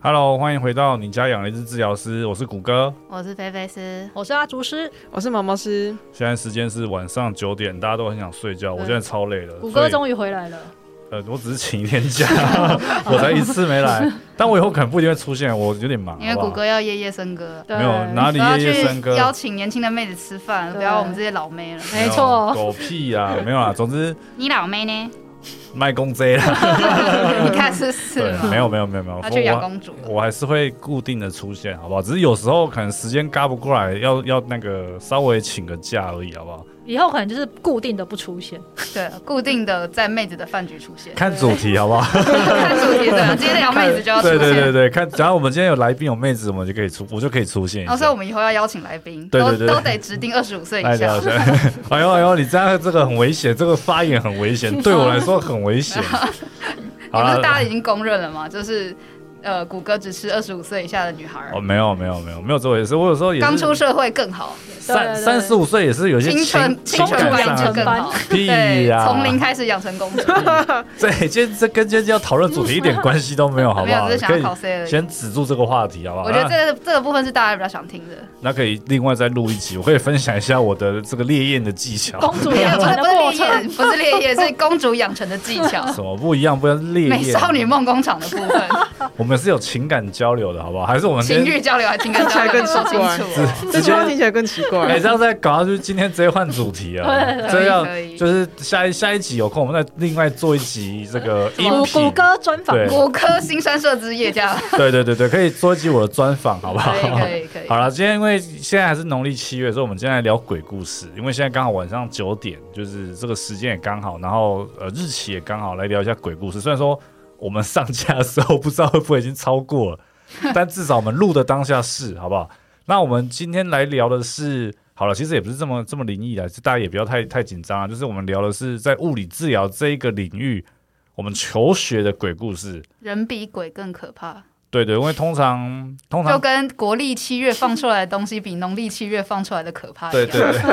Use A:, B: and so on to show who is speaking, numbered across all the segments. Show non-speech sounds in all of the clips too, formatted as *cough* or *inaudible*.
A: Hello，欢迎回到你家养了一只治疗师，我是谷歌。
B: 我是菲菲斯，
C: 我是阿竹师，
D: 我是毛毛师，
A: 现在时间是晚上九点，大家都很想睡觉，我
C: 对
A: 现在超累了。
C: 谷
A: 所
C: 歌
A: 以
C: 终于回来了，
A: 呃，我只是请一天假， *laughs* 我才一次没来，
B: *laughs*
A: 但我以后可能不一定会出现，我有点忙。
B: 因为
A: 好不
B: 谷
A: 好
B: 歌要夜夜笙歌，
C: 对
A: 没有哪
B: 不
A: 里
B: 要
A: 夜夜笙
B: 去
A: 歌，
B: 邀请年轻的妹子吃饭，
C: 对
B: 不要我们这些老妹了。
C: 没错
A: 有狗屁啊，没有
B: *laughs*
A: 啦，总之
B: 你老妹呢？
A: 卖公贼啦，
B: *laughs* 你看是是
A: 对，
B: 吗？
A: 没有没有没有没有，
B: 她去养
A: 我
B: 公主了。
A: 我还是会固定的出现，好不好？只是有时候可能时间嘎不过来，要要那个稍微请个假而已，好不好？，
C: 以后可能就是固定的不出现，
B: 对，固定的在妹子的饭局出现
A: 看主题，好不好？
B: 看主
A: *laughs*
B: 题的，今天聊妹子就要出
A: 对
B: 现。
A: 对对对，看，只要我们今天有来宾有妹子，我们就可以出，我 *laughs* 就可以出现一
B: 哦，所以我
A: 下。
B: 们以后要邀请来宾，
A: 对
B: 都
A: 对对
B: 都得指定二十五岁
A: 来
B: 以
A: 聊
B: 下 *laughs*
A: 一。下， *laughs* 哎呦哎呦，你这样这个很危险，这个发言很危险， *laughs* 对我来说很危
B: *laughs*
A: 险。
B: 你
A: 好啊
B: 不是大
A: 了，
B: 家已经公认了吗？就是呃，谷歌只吃二十五岁以下的女孩儿
A: 哦，，没有没有没有没有这回事，我有时候也
B: 刚出
A: 是
B: 社会更好，
A: 三
C: 对对
A: 三十五岁也是有一些
B: 青春
A: 情
B: 青春
A: 感
B: 班
A: 上
B: 就
A: 的
B: 更好。
A: 屁
B: 对，
A: 哎呀，
B: 从零开始养成公主，
A: 对，今天这跟今天要讨论主题一点关系都没有，好
B: *laughs*
A: 不
B: 没有，
A: 好
B: 只是？想
A: 可
B: 要
A: 以
B: 考 C 而已。
A: 先止住这个话题，好不好？
B: 我觉得
A: 那
B: 这个这个部分是大家比较想听的，
A: 那可以另外再录一集，我可以分享一下我的这个烈焰的技巧。
C: 公主
B: 没有
A: 啊
C: 养
B: 不
C: 成
B: 是
C: 的过
B: *laughs* 烈
A: *laughs*，
C: 程，
B: 焰，不是烈焰，是公主养成的技巧
A: 什么不一样？不要烈
B: 美
A: 焰。
B: 少女梦工厂的部分，
A: 我们是有情感交流的，好不好？还是我们
B: 情
A: 今
B: 欲
A: 天
B: 交流还情感交
D: 才
B: 流
D: 更
B: 你说清楚 *laughs*
A: 直
B: 哦。
A: 直
D: 这
A: 接
D: 句话听起来更奇
A: 哎， *laughs*
D: 怪。 *laughs*
A: 这样再搞下去，今天直接换主题啊！
C: 对
A: 这样
B: 可以
A: 就是下一下一集有空，我们再另外做一集这个音
C: 谷谷
A: 频。
C: 歌专访
A: 对
B: 骨科新山社之夜加，
A: *laughs* 对对对对，可以做一集我的专访，好不好
B: 可？以可以可以
A: 好。了，今天因为现在还是农历七月，所以我们今天来聊鬼故事。因为现在刚好晚上九点，就是这个时间也刚好，然后呃日期也刚好，来聊一下鬼故事。虽然说我们上架的时候不知道会不会已经超过了，但至少我们录的当下是，好不好？那我们今天来聊的是，好了，其实也不是这么这么灵异的，大家也不要太太紧张啊。就是我们聊的是在物理治疗这一个领域，我们求学的鬼故事。
B: *laughs* 人比鬼更可怕，
A: 对对，因为通常通常
B: 就跟国历七月放出来的东西比农历七月放出来的可怕一
A: 对
B: 样。
A: 对对，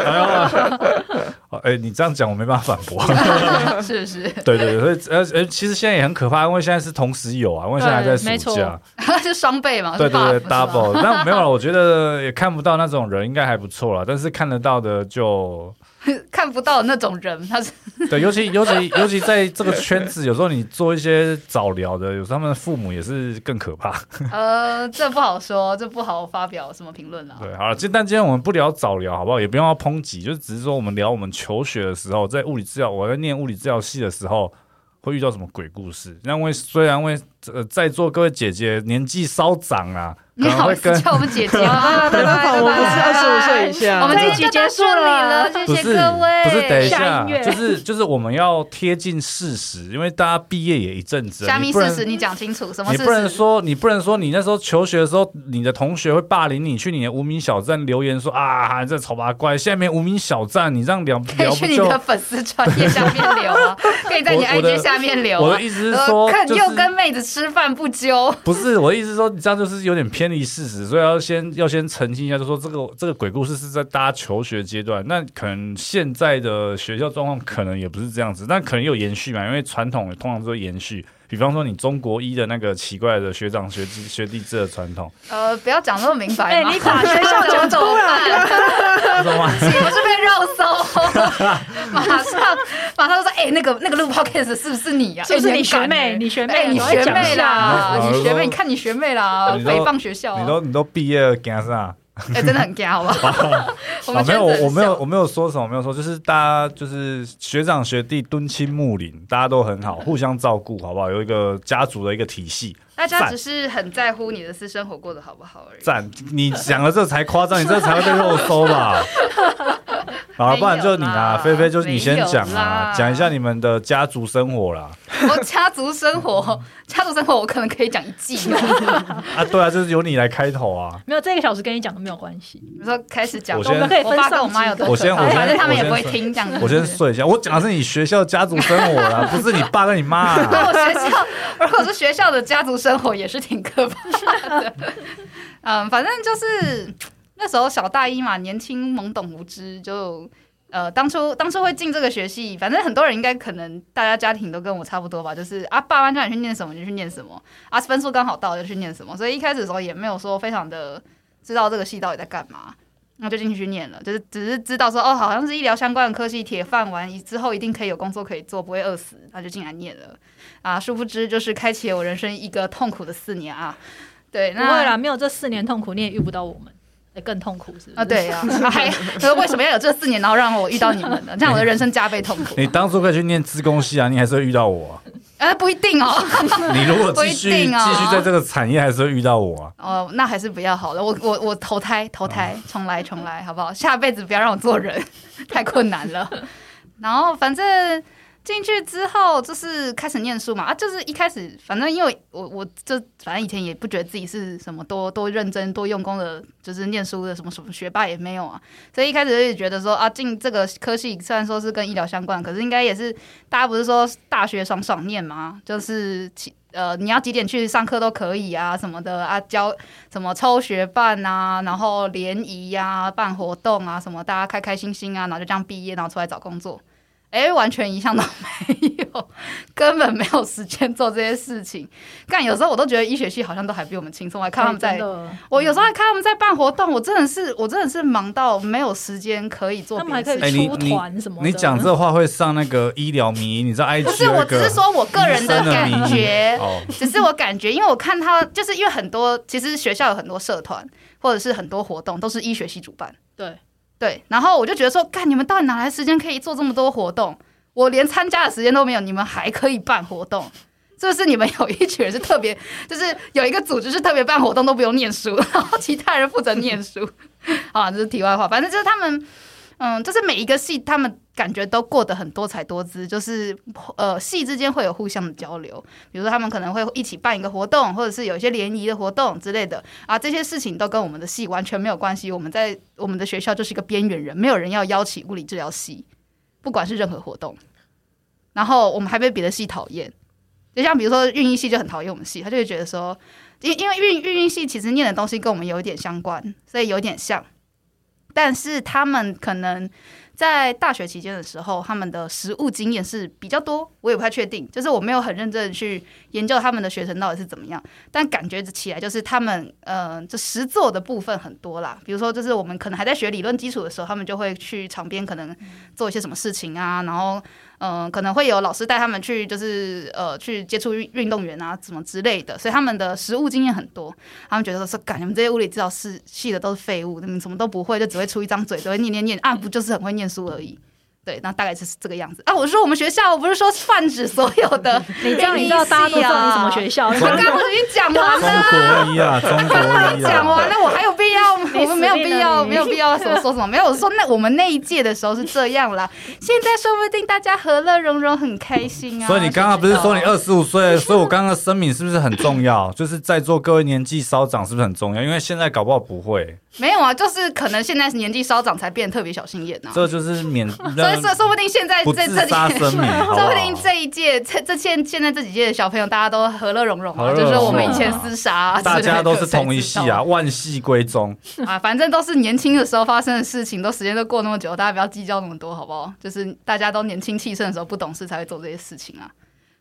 A: 哎
C: *laughs*
A: 呦哦哎，你这样讲我没办法反驳。啊
B: 对， *laughs*
C: *laughs*
B: 是不是？ *laughs*
A: 对对对，所以呃呃，其实现在也很可怕，因为现在是同时有啊，因为现在还在
C: 对没
A: 暑
C: 错
A: 假，
B: 是双倍嘛？
A: 对
B: 是 buff，
A: 对
B: 是
A: 对
B: 吧
A: ，double。但没有了，我觉得也看不到那种人，应该还不错啦。但是看得到的就
B: *laughs* 看不到那种人，他是
A: 对，尤其尤其尤其在这个圈子，有时候你做一些早疗的，有时候他们的父母也是更可怕。
B: 呃，这不好说，这不好发表什么评论啊。
A: 对，好了，今但今天我们不聊早疗，好不好？也不用要抨击，就只是说我们聊我们求学的时候，在物理治疗，我在念物理治疗系的时候，会遇到什么鬼故事？那因为虽然因为呃，在座各位姐姐年纪稍长啊，可
B: 你
A: 能
B: 好
A: 会
B: 意
A: 跟
B: 思叫我们姐姐
A: *laughs*
B: 吗？拜
D: 没办
B: 拜
D: 法，我们是
B: 拜拜
D: 二十五岁以下。
B: 我们这一
C: 这一
B: 集
C: 集
B: 结
C: 结
B: 束
C: 束
B: 了，
C: 了
B: 谢
A: 不
B: 谢
A: 是
B: 各位。
A: 不是等一
C: 下
A: 下
C: 音，乐
A: 就是就是我们要贴近事实，因为大家毕业也一阵子了，
B: 虾
A: 你
B: 米
A: 不能
B: 事实，你讲清楚什么
A: 你
B: 事
A: 不能
B: 实？
A: 说，你不能说，你那时候求学的时候，你的同学会霸凌你，去你的无名小站留言说啊，你这丑八怪，现在没无名小站，你这样聊
B: 可以
A: 聊不
B: *laughs* 去你
A: 就？
B: 的粉丝专页下面留
A: *laughs*
B: 啊，可以在你
A: 我我的
B: IG 下面留
A: 我
B: 啊
A: 的。意思是说，
B: 看
A: 就
B: 又
A: 是
B: 跟妹子吃饭不揪，
A: 不是我的意思是说，你这样就是有点偏离事实，所以要先要先澄清一下，就说这个这个鬼故事是在大家求学阶段，那可能现在的学校状况可能也不是这样子，但可能有延续嘛，因为传统通常都会延续。比方说，你中国一的那个奇怪的学长学弟学弟制的传
B: *laughs*
A: 统，
B: *laughs* 呃，不要讲那么明白嘛。
C: 哎你把学
B: *laughs*
C: *laughs* 校
B: 讲
C: 讲
B: 走了，
A: 你懂吗？
B: 结果是被肉搜，马上马上就说，哎，那个那个录 podcast 是不是你呀？
C: 是不是
B: 哎
C: 你学
B: 很敢
C: 妹
B: 哎
C: 你学妹
B: 哎，你
C: 赶快
B: 学
C: 讲一
B: 妹
C: 下
B: 啦，
A: 你
B: 你
A: 说
B: 学妹，你看你学妹啦，
A: 你都
B: 北放学校啊
A: 你，都你都毕业了，干啥？
B: 哎，真的很尬，好不
A: *laughs*
B: 好？ *laughs* 我
A: 啊，
B: 们
A: 没有，
B: 圈子
A: 我
B: 很
A: 我没有，
B: 小
A: 我没有说什么，没有说，就是大家就是学长学弟敦亲睦邻，大家都很好，互相照顾，好不好？有一个家族的一个体系，
B: 大家
A: 赞
B: 只是很在乎你的私生活过得好不好而已。
A: 赞！你讲了这才夸张，你这才会被肉搜吧？好了，不然就你啦，
B: 没有啦
A: 菲菲，就是你先讲
B: 没有
A: 啊
B: 啦，
A: 讲一下你们的家族生活啦。
B: 我哦家族生
A: 嗯
B: 活，家族生活我可能可以讲一季。
A: *laughs* 啊，对啊，就是由你来开头啊。
C: 没有这个小时跟你讲都没有关系，
B: 你说开始讲，
A: 我先
C: 我们可以分
B: 爸
C: 上
B: 跟我妈有
C: 集
B: 多
A: 我
B: 可
A: 先
B: 怕，
C: 哎
A: 我先
B: 反正他们也
A: 我
B: 不
A: 先
B: 会听这样子。
A: 我先说一下，我讲的是你学校家族生活啦，不是你爸跟你妈啊。
B: 如果学校， *laughs* 如果是学校的家族生活，也是挺可怕的。 *laughs* 嗯，反正就是那时候小大一嘛，年轻懵懂无知，就呃，当初当初会进这个学系，反正很多人应该可能大家家庭都跟我差不多吧，就是啊，爸妈叫你去念什么你就去念什么，啊，分数刚好到就去念什么，所以一开始的时候也没有说非常的知道这个系到底在干嘛，那就进去念了，就是只是知道说哦，好像是医疗相关的科系，铁饭碗，之后一定可以有工作可以做，不会饿死，那就进来念了啊，殊不知就是开启了我人生一个痛苦的四年啊，对，
C: 不
B: 那
C: 会啦，没有这四年痛苦，你也遇不到我们，哎更痛苦是不是？
B: 啊，对
C: *laughs*
B: 呀、啊，还 *laughs* 可是为什么要有这四年，然后让我遇到你们呢？这样我的人生加倍痛
A: *laughs*
B: 苦。
A: 你当初可以去念资工系啊，你还是会遇到我啊、
B: 呃，不一定哦，
A: *laughs* 你如果继续
B: 不一
A: 继、
B: 定哦
A: 续在这个产业，还是会遇到我啊。
B: 哦，那还是不要好了。我我我投胎投胎，重来重来，好不好？下辈子不要让我做人， *laughs* 太困难了。 *laughs* 然后反正进去之后就是开始念书嘛，啊，就是一开始反正因为我我就反正以前也不觉得自己是什么多多认真多用功的，就是念书的什么什么学霸也没有啊，所以一开始就觉得说啊，进这个科系虽然说是跟医疗相关，可是应该也是大家不是说大学爽爽念吗？就是其呃，你要几点去上课都可以啊，什么的啊，教什么抽学办啊，然后联谊呀、办活动啊，什么大家开开心心啊，然后就这样毕业，然后出来找工作。哎，完全一项都没有，根本没有时间做这些事情。 *laughs* 干，有时候我都觉得医学系好像都还比我们轻松，我还看他们在
C: 哎真的
B: 我有时候
C: 嗯
B: 还看他们在办活动，我真的是我真的是忙到没有时间可以做
C: 他
B: 别
C: 们还
B: 的
C: 可
B: 事
C: 以
B: 情。
A: 哎你
C: 出团什么的。
A: 你讲这话会上那个医疗迷，你知道 IG
B: 不是，
A: 有一
B: 我只
A: 个
B: 是说我个人的
A: 医生的
B: 感
A: 迷
B: 觉，
A: 哦，
B: *laughs* 只是我感觉，因为我看他就是因为很多，其实学校有很多社团或者是很多活动都是医学系主办，
C: 对，
B: 对，然后我就觉得说，干你们到底哪来时间可以做这么多活动？我连参加的时间都没有，你们还可以办活动？是不是你们有一群人是特别，就是有一个组织是特别办活动都不用念书，然后其他人负责念书？ *laughs* 啊，这是题外话，反正就是他们，嗯，就是每一个系他们感觉都过得很多彩多姿，就是呃系之间会有互相的交流，比如说他们可能会一起办一个活动，或者是有一些联谊的活动之类的啊，这些事情都跟我们的系完全没有关系。我们在我们的学校就是一个边缘人，没有人要邀请物理治疗系，不管是任何活动。然后我们还被别的系讨厌，就像比如说运医系就很讨厌我们系，他就会觉得说，因因为运运医系其实念的东西跟我们有一点相关，所以有点像，但是他们可能在大学期间的时候，他们的实务经验是比较多，我也不太确定，就是我没有很认真地去研究他们的学生到底是怎么样，但感觉起来就是他们，呃，就实做的部分很多啦。比如说，就是我们可能还在学理论基础的时候，他们就会去场边可能做一些什么事情啊，然后，嗯、可能会有老师带他们去，就是呃，去接触运运动员啊，什么之类的，所以他们的实务经验很多。他们觉得说，感你们这些物理治疗师系的都是废物，你们什么都不会，就只会出一张嘴，只会念念念啊，不就是很会念书而已。 *laughs* 对，那大概就是这个样子啊。我说我们学校，我不是说泛指所有的 *laughs* 运动系啊，
C: 你这样你知道大家都知道你什么学校，
B: 我刚刚已经讲完
A: 中
B: 了。
A: 国医啊，中国医
B: *laughs* 讲
A: 啊，
C: *laughs*
B: 完了，我还有必要？我们没有必要，
C: 你
B: 没有必要说说什么？没有我说那我们那一届的时候是这样啦，现在说不定大家和乐融融，很开心啊。
A: 所以你刚刚不是说你
B: 谁知道
C: 哦
A: 二十五岁，所以我刚刚的声明是不是很重要？ *laughs* 就是在座各位年纪稍长是不是很重要？因为现在搞不好不会，
B: 没有啊？就是可能现在年纪稍长才变得特别小心眼啊。所
A: 这就是
B: *laughs*
A: 免
B: 以说，说不定现在
A: 不
B: 这
A: 自
B: 这
A: 杀
B: *laughs* 届。
A: 声明，好
B: 说
A: 好
B: 不定这一届、这这现现在这几届的小朋友，大家都和乐融融
A: 和
B: 啊，
A: 乐融
B: 就
A: 融
B: 是我们以前厮杀啊，
A: 大家都是
B: 之类的
A: 同一系啊，，万系归宗。
B: 谁知道啊，反正都是年轻的时候发生的事情，都时间都过那么久，大家不要计较那么多，好不好？就是大家都年轻气盛的时候不懂事才会做这些事情啊。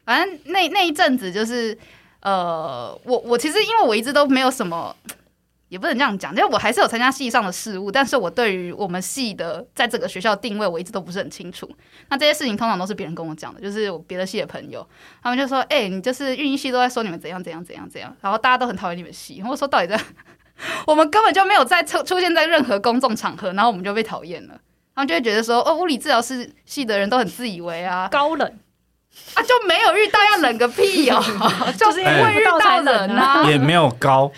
B: 反正那那一阵子就是，呃，我我其实因为我一直都没有什么，也不能这样讲，因为我还是有参加系上的事务，但是我对于我们系的在这个学校定位，我一直都不是很清楚。那这些事情通常都是别人跟我讲的，就是我别的系的朋友，他们就说：“哎、你就是运营系都在说你们怎样怎样怎样怎样，然后大家都很讨厌你们系。”然后我说：“到底在？我们根本就没有在出出现在任何公众场合，然后我们就被讨厌了。”他们就会觉得说：“哦，物理治疗师系的人都很自以为啊，
C: 高冷，
B: 啊，就没有遇到要冷个屁哦，
C: 就是
B: 是
C: 因
A: 为
B: 会遇到人啊，
A: 也没有高，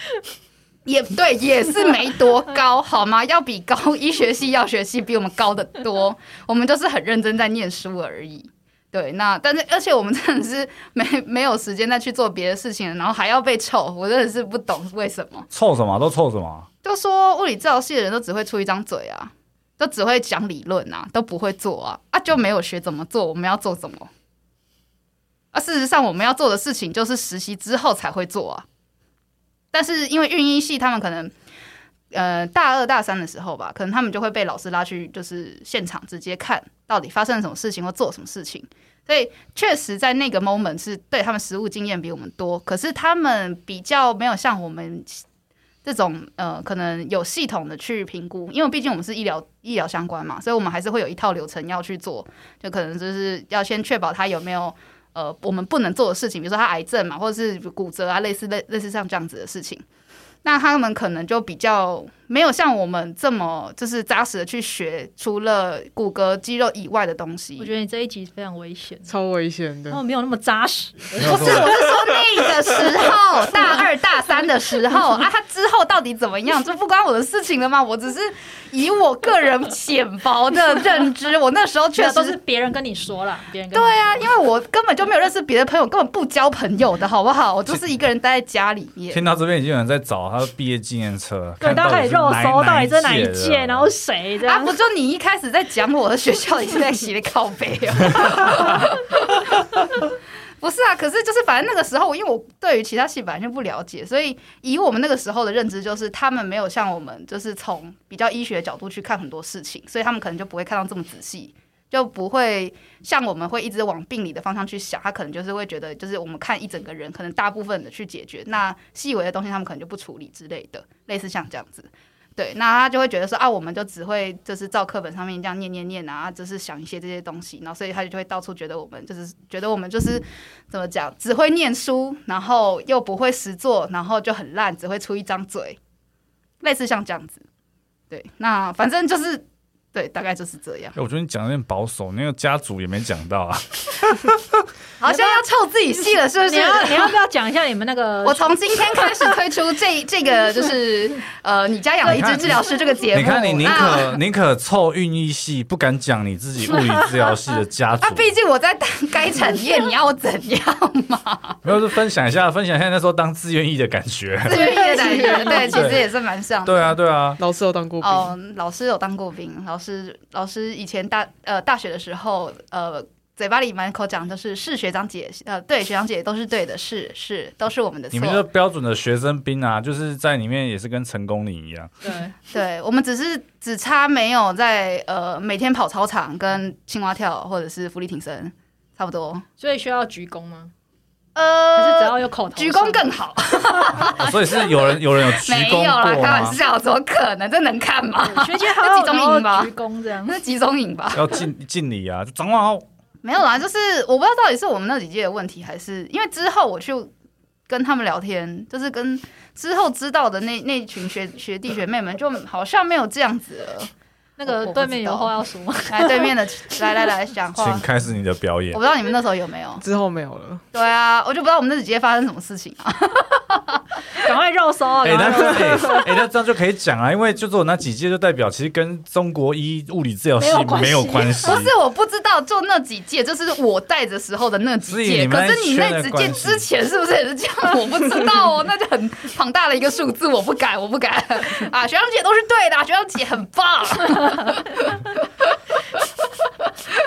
B: 也对，也是没多高，好吗？要比高医学系、药学系比我们高得多，我们就是很认真在念书而已。对，那但是而且我们真的是没没有时间再去做别的事情了，然后还要被臭，我真的是不懂为什么。
A: 臭什么都臭什么。
B: 就说物理治疗系的人都只会出一张嘴啊，都只会讲理论啊，都不会做啊，啊就没有学怎么做，我们要做什么？啊，事实上我们要做的事情就是实习之后才会做啊。但是因为运医系他们可能呃大二大三的时候吧，可能他们就会被老师拉去就是现场直接看到底发生了什么事情或做什么事情。所以确实在那个 moment 是对他们实务经验比我们多，可是他们比较没有像我们这种呃可能有系统的去评估，因为毕竟我们是医疗医疗相关嘛，所以我们还是会有一套流程要去做，就可能就是要先确保他有没有。呃，我们不能做的事情，比如说他癌症嘛，或者是骨折啊，类似类类似像这样子的事情。那他们可能就比较没有像我们这么就是扎实的去学，除了骨骼、肌肉以外的东西。
C: 我觉得你这一集非常危
B: 嗯
C: 险，
D: 超危险的
C: 他。们没有那么
B: *laughs*
C: 扎实。
A: 没有
B: 不是，我是说那个时候，大二大三的时候啊，他之后到底怎么样，这不关我的事情了嘛。我只是以我个人浅薄的认知，我那时候确
C: 确
B: 实
C: 实都是别人跟你
B: *laughs*
C: 说了，别人跟
B: 对
C: 你
B: 啊，因为我根本就没有认识别的朋友，根本不交朋友的好不好？我就是一个人待在家里面。
A: 听到这边已经有人在找他的毕业纪念册，
C: 对，
A: 看
C: 大家开
A: 底
C: 始
A: 是
C: 肉
A: 哪
C: 搜，到底是哪一
A: 的
C: 届，然后谁这
B: 啊，
C: 样
B: 不。就你一开始在讲我的学校里是在洗的靠背哦？ *laughs* 不是啊，可是就是反正那个时候，因为我对于其他系本来就不了解，所以以我们那个时候的认知，就是他们没有像我们就是从比较医学的角度去看很多事情，所以他们可能就不会看到这么仔细，就不会像我们会一直往病理的方向去想，他可能就是会觉得就是我们看一整个人，可能大部分的去解决，那细微的东西他们可能就不处理之类的，类似像这样子。对，那他就会觉得说啊，我们就只会就是照课本上面这样念念念啊，就是想一些这些东西，然后所以他就会到处觉得我们就是觉得我们就是怎么讲，只会念书，然后又不会实做，然后就很烂，只会出一张嘴，类似像这样子。对，那反正就是对，大概就是这样。
A: 哎我觉得你讲的有点保守，那个家族也没讲到啊。
B: 好，现在要凑自己戏了，是不是
C: 你？要你要不要讲一下你们那个？
B: *laughs* 我从今天开始推出这这个就是 *laughs* 呃，你家养了一只治疗师这个节目。
A: 你看，你宁
B: 啊
A: 可宁可凑运医系，不敢讲你自己物理治疗系的家族
B: 啊，。毕竟我在当该产业，你要我怎样？
A: 没有，就分享一下，分享一下那时候当志愿役的感 *laughs* 觉。
B: 自愿意的感觉， *laughs* 对，其实也是蛮像的。
A: 对啊，对啊，
D: 老师有当过兵，
B: 哦，老师有当过兵，老师老师以前大呃大学的时候，呃嘴巴里满口讲的是是学长姐，呃对学长姐都是对的，是是都是我们的
A: 你们就是
B: 错，
A: 标准的学生兵啊，就是在里面也是跟成功岭一样。
C: 对，
B: 对我们只是只差没有在呃每天跑操场跟青蛙跳或者是浮力挺身差不多，
C: 所以需要鞠躬吗？还是
B: 呃
C: 只要有口头上？
B: 鞠躬更好，
A: 哦所以是有人有人有鞠
B: *laughs* 没
A: 躬
B: 有啦，
A: 过
B: 开玩
A: 吗？
B: 笑，怎么可能？这能看吗？
C: 学姐好，
B: 集中营
C: 然
B: 吧
C: 后鞠躬这样。
B: 那是集中营吧？
A: 要敬敬礼啊，就长官好。
B: 没有啦，就是我不知道到底是我们那几届的问题，还是因为之后我去跟他们聊天，就是跟之后知道的那那群学学弟学妹们，就好像没有这样子了。
C: 那个对面有话要说吗？ *laughs*
B: 来，对面的 *laughs* 来来来讲话，
A: 请
B: 我
A: 开始你的表演
B: 不。知道你们那时候有没有？
D: 之后没有了。
B: 对啊，我就不知道我们那几届发生什么事情啊。
C: 赶快肉搜啊！
A: 哎、
C: 赶快
A: 那
C: 肉
A: 这
C: 搜
A: 哎哎，那这样就可以讲啊，因为就是我那几届就代表，其实跟中国医物理治疗系
C: 没有关系
A: 没有关系
B: 不。是我不知道，就那几届，就是我带的时候的那几
A: 所以
B: 届。
A: 你们
B: 可
A: 那
B: 是你那
A: 一圈的
B: 几届
A: 关系
B: 之前是不是也是这样？ *laughs* 我不知道哦，那就很庞大的一个数字，我不敢，我不敢啊！学长姐都是对的啊，学长姐很棒。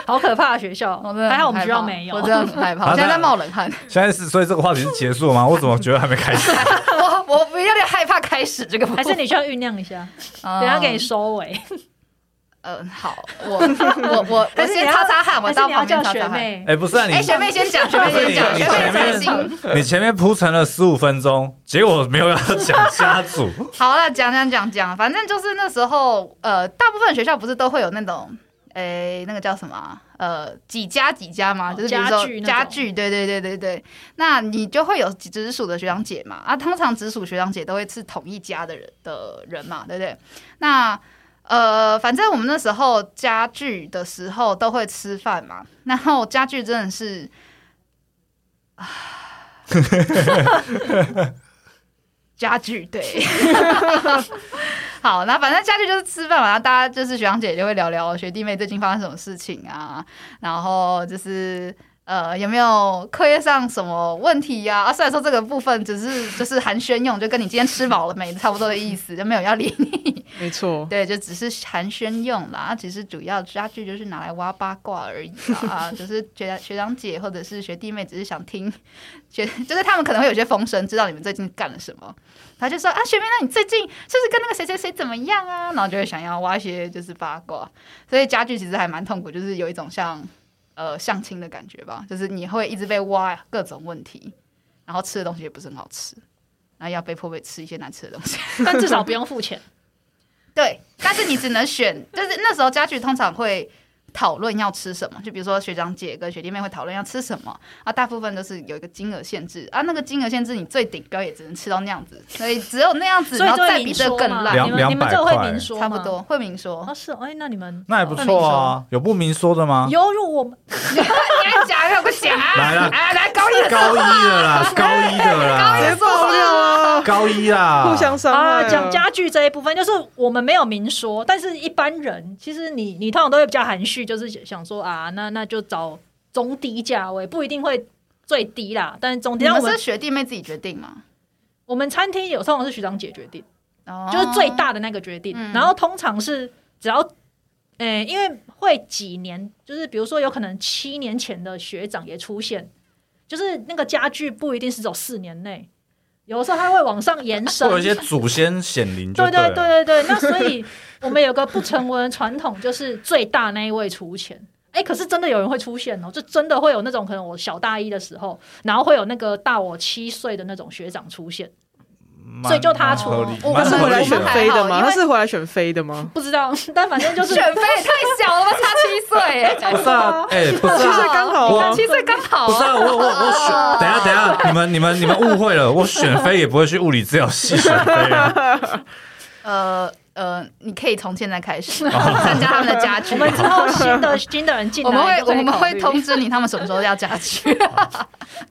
C: 好可怕的学校
B: 哦我真的，很
C: 还好我们
B: 害
C: 学校
B: 怕
C: 没有
B: 我。真 *laughs* 的很害怕，我
A: 好的
B: 现在在冒冷汗，
A: 现在是，所以这个话题是结束了吗？我怎么觉得还没开始？
B: *laughs* 我我我有点害怕开始这个部分，
C: 还是你需要酝酿一下，
B: 嗯
C: 等一下给你收
B: *laughs*
C: 尾。
B: 嗯，好，我我 *laughs* 我我
C: 还是你
B: 先
C: 要
B: 擦擦汗，我
C: 还是
B: 到
C: 你要
B: 旁边
C: 叫
B: 擦
C: 学
B: 擦汗。
C: 妹
A: 哎、？不是啊，你
B: 哎，学妹先讲，学妹
A: 不是
B: 先
A: 你
B: 讲，
A: 你
B: 学妹
A: 前
B: 才
A: 面
B: 行。
A: 你前面铺陈了十五分钟，结果没有要讲家族，
B: *laughs* 好了，讲讲讲讲，反正就是那时候，呃，大部分学校不是都会有那种，哎，那个叫什么啊？呃，几家几家嘛，
C: 哦
B: 就是比如说
C: 家具那种
B: 家具，对对对对对。那你就会有直属的学长姐嘛，啊，通常直属学长姐都会是同一家的人的人嘛，对不对？那呃，反正我们那时候家具的时候都会吃饭嘛，然后家具真的
C: *laughs*
B: 是，啊家具对。好，那反正家具就是吃饭嘛，然后大家就是学长姐就会聊聊学弟妹最近发生什么事情啊，然后就是呃有没有课业上什么问题呀、啊？虽然说这个部分只是就是寒暄用，就跟你今天吃饱了没差不多的意思，就没有要理你。
D: 没错，
B: 对，就只是寒暄用啦，其实主要家具就是拿来挖八卦而已啦，啊，就是学长学长姐或者是学弟妹只是想听学，就是他们可能会有些风声，知道你们最近干了什么，他就说啊，学妹，那你最近是不是跟那个谁谁谁怎么样啊？然后就会想要挖一些就是八卦，所以家具其实还蛮痛苦，就是有一种像呃相亲的感觉吧，就是你会一直被挖各种问题，然后吃的东西也不是很好吃，然后要被迫被吃一些难吃的东西。
C: 但至少不用付钱。
B: 对，但是你只能选， *laughs* 就是那时候家具通常会讨论要吃什么，就比如说学长姐跟学弟妹会讨论要吃什么啊，大部分都是有一个金额限制啊，那个金额限制你最顶标也只能吃到那样子，所以只有那样子，
C: 所
B: 然后
C: 以就会
B: 再比
C: 明
B: 这
C: 说
B: 更
C: 嘛
A: 两
B: 烂，
C: 你们你们
A: 200
C: 这会
A: 块
C: 明说
B: 差不
C: 吗
B: 多。慧明
C: *laughs*
B: 说
C: 哦，，是哦，哎，那你们
A: 那也不错啊，有不明说的吗？
C: 有辱我们，
B: 你还假的，我假，
C: 啊
A: 来了
B: 哎来高一的时
A: 高
B: 候
A: 一的啦，高一的
B: 高一
A: 啦
B: 的，时候
D: 啊，
A: 高一啦，
D: 互相伤害
C: 啊，
D: 啊
C: 讲家具这一部分，就是我们没有明说，但是一般人其实你你通常都会比较含蓄，就是想说啊，那那就找中低价位，不一定会最低啦，但是中
B: 你
C: 低。但我
B: 们
C: 们
B: 是学弟妹自己决定吗？
C: 我们餐厅有通常是学长姐决定，
B: 哦
C: 就是最大的那个决定，
B: 嗯
C: 然后通常是只要。诶、因为会几年，就是比如说，有可能七年前的学长也出现，就是那个家具不一定是走四年内，有的时候它会往上
A: *laughs*
C: 延
A: 会
C: 伸，
A: 有一些祖先显灵，就
C: 对
A: 对
C: 对
A: 了
C: 对对对，那所以我们有个不成文的传统，就是最大那一位出钱。哎，可是真的有人会出现哦，就真的会有那种可能我小大一的时候，然后会有那个大我七岁的那种学长出现，
A: 蛮
C: 所以就他出
A: 蛮合理
B: 我
D: 他
A: 蛮
D: 是
A: 合
D: 回来
A: 理的
D: 选
B: 我们
D: 妃的
B: 还好
D: 吗？
B: 因为
D: 他是回来选妃
C: *laughs*
D: 的吗？
C: 不知道，但反正就是
B: 选妃也太小了吧，差七岁耶，
C: *laughs*
A: 不是啊，哎，不
D: 其
A: 是
D: 实
A: 啊，
D: 刚好啊
A: 我，
B: 七岁刚好
A: 不是
B: 啊。
A: 啊，我我我选，
C: 哦
A: 等一下等一下，你们你们你们误会了，我选妃也不会去物理治疗系选妃
C: *laughs*
A: 啊，
B: 呃呃，你可以从现在开始参加他们的家具。
C: 我们之后新的新的人进来，
B: 我们会
C: 就可以
B: 我们
C: 考
B: 会
C: 虑
B: 通知你他们什么时候要家 *laughs* 具。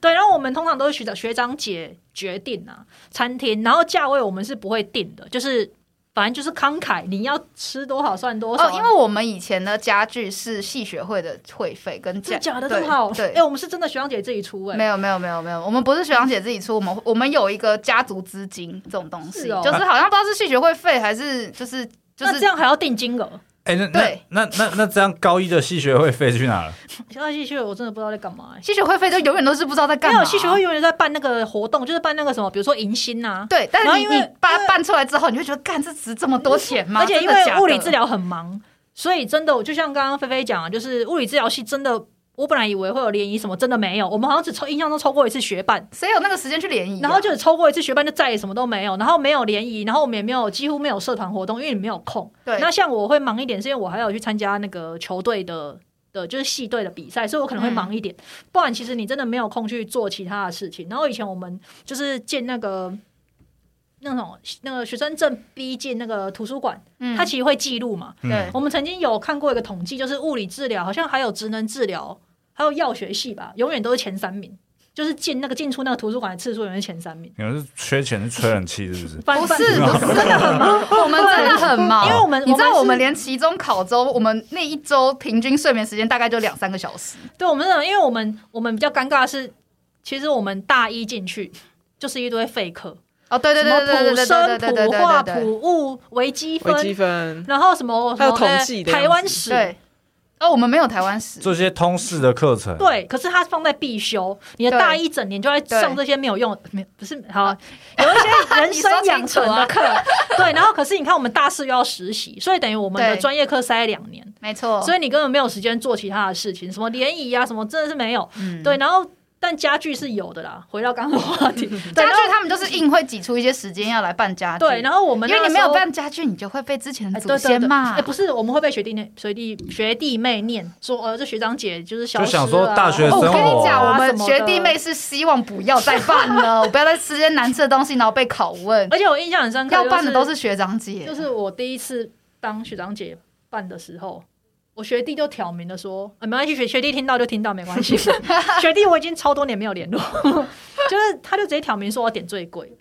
C: 对，然后我们通常都是学长学长姐决定啊，餐厅，然后价位我们是不会定的，就是反正就是慷慨，你要吃多少算多少啊、
B: 哦，因为我们以前的家具是系学会的会费跟
C: 真
B: 家
C: 的假的这
B: 对
C: 么好？
B: 对
C: 哎、，我们是真的学长姐自己出哎、
B: 没有没有没有没有，我们不是学长姐自己出，我们我们有一个家族资金这种东西，
C: 是哦
B: 就是好像不知道是系学会费还是就是就
C: 那
B: 是
C: 这样还要定金额？
A: 哎，那那
B: 对
A: 那那那这样高一的系学会费去哪了？
C: 学校系学会我真的不知道在干嘛、欸。
B: 系学会费，就永远都是不知道在干
C: 没
B: 嘛。啊
C: 有系学会永远在办那个活动，就是办那个什么，比如说迎新啊呐、
B: 对，但
C: 然
B: 是
C: 后
B: 你
C: 因为
B: 你把
C: 因
B: 它
C: 为
B: 办出来之后，你就觉得干这值这么多钱吗？
C: 而且
B: 真
C: 因
B: 的假
C: 为
B: 的
C: 物理治疗很忙，所以真的，我就像刚刚菲菲讲啊，就是物理治疗系真的，我本来以为会有联谊什么，真的没有。我们好像只抽印象中抽过一次学伴，
B: 谁有那个时间去联谊啊？
C: 然后就只抽过一次学伴，就再也什么都没有。然后没有联谊，然后我们也没有几乎没有社团活动，因为你没有空。
B: 对
C: 那像我会忙一点，是因为我还有去参加那个球队的的，就是系队的比赛，所以我可能会
B: 嗯
C: 忙一点。不然其实你真的没有空去做其他的事情。然后以前我们就是建那个。那种那个学生证逼进那个图书馆，
B: 嗯
C: 它其实会记录嘛。
A: 嗯
B: 对
C: 我们曾经有看过一个统计，就是物理治疗，好像还有职能治疗，还有药学系吧，永远都是前三名，就是进那个进出那个图书馆的次数永远是前三名。
A: 你们是缺钱是吹冷气是不是？
C: 反
B: 不
C: 反
B: 是，不是真的很忙， *laughs* 我们真的很忙，
C: 因为我们
B: 哦你知道
C: 我们是
B: 我们连期中考周，我们那一周平均睡眠时间大概就两三个小时，
C: 对我们那种，因为我们我们比较尴尬的是，其实我们大一进去就是一堆废课，
B: 哦，对对
C: 什
B: 对
C: 么
B: 对对对
C: 普
B: 对
C: 生、
B: 对对对
C: 普化、
B: 对对
C: 普物、微积
D: 微积
C: 分，
D: 分，
C: 然后什么
D: 还有
C: 什么
D: 统
C: 呃
D: 计的
C: 台
D: 样
C: 湾
D: 子
C: 史。
B: 对，哦，我们没有台湾史，
A: 这些通识的课程，
C: 对，可是它放在必修，你的
B: 对
C: 大一整年就在上
B: 对啊
C: 这些没有用，没不是好，有
B: *laughs*
C: 一些人
B: 你说
C: 生养
B: 清楚
C: 成的
B: 啊
C: 课，对。然后可是你看，我们大四又要实习，所以等于我们的
B: 对
C: 专业课塞两年，
B: 没错，
C: 所
B: 以
C: 以你根本没有时间做其他的事情，什么联谊啊，什么真的是没有。
B: 嗯
C: 对，然后但家具是有的啦。回到刚刚的话题，对
B: 家
C: 然后
B: 具他们就是硬会挤出一些时间要来办家具，
C: *laughs* 对，然后我们
B: 因为
C: 那
B: 你
C: 时
B: 没有
C: 候
B: 办家具，你就会被之前的
C: 哎
B: 祖
C: 对对
B: 先
C: 对
B: 骂
C: 哎，，不是，我们会被学弟妹、学弟学弟妹念说，呃，这学长姐就是小、啊
A: 就想说大学
B: 哦，
A: 生
B: 我跟
A: 活
B: 你讲，我
A: 啊
B: 们学弟妹。是希望不要再办了，我不要再吃些难吃的东西，然后被拷
C: *laughs*
B: 问。
C: 而且我印象很深刻，
B: 要办的都是学长姐，
C: 就是我第一次当学长姐办的时候，我学弟就挑明了说，呃、没关系，学学弟听到就听到，没关系。学弟我已经超多年没有联络，就是他就直接挑明说我点最贵，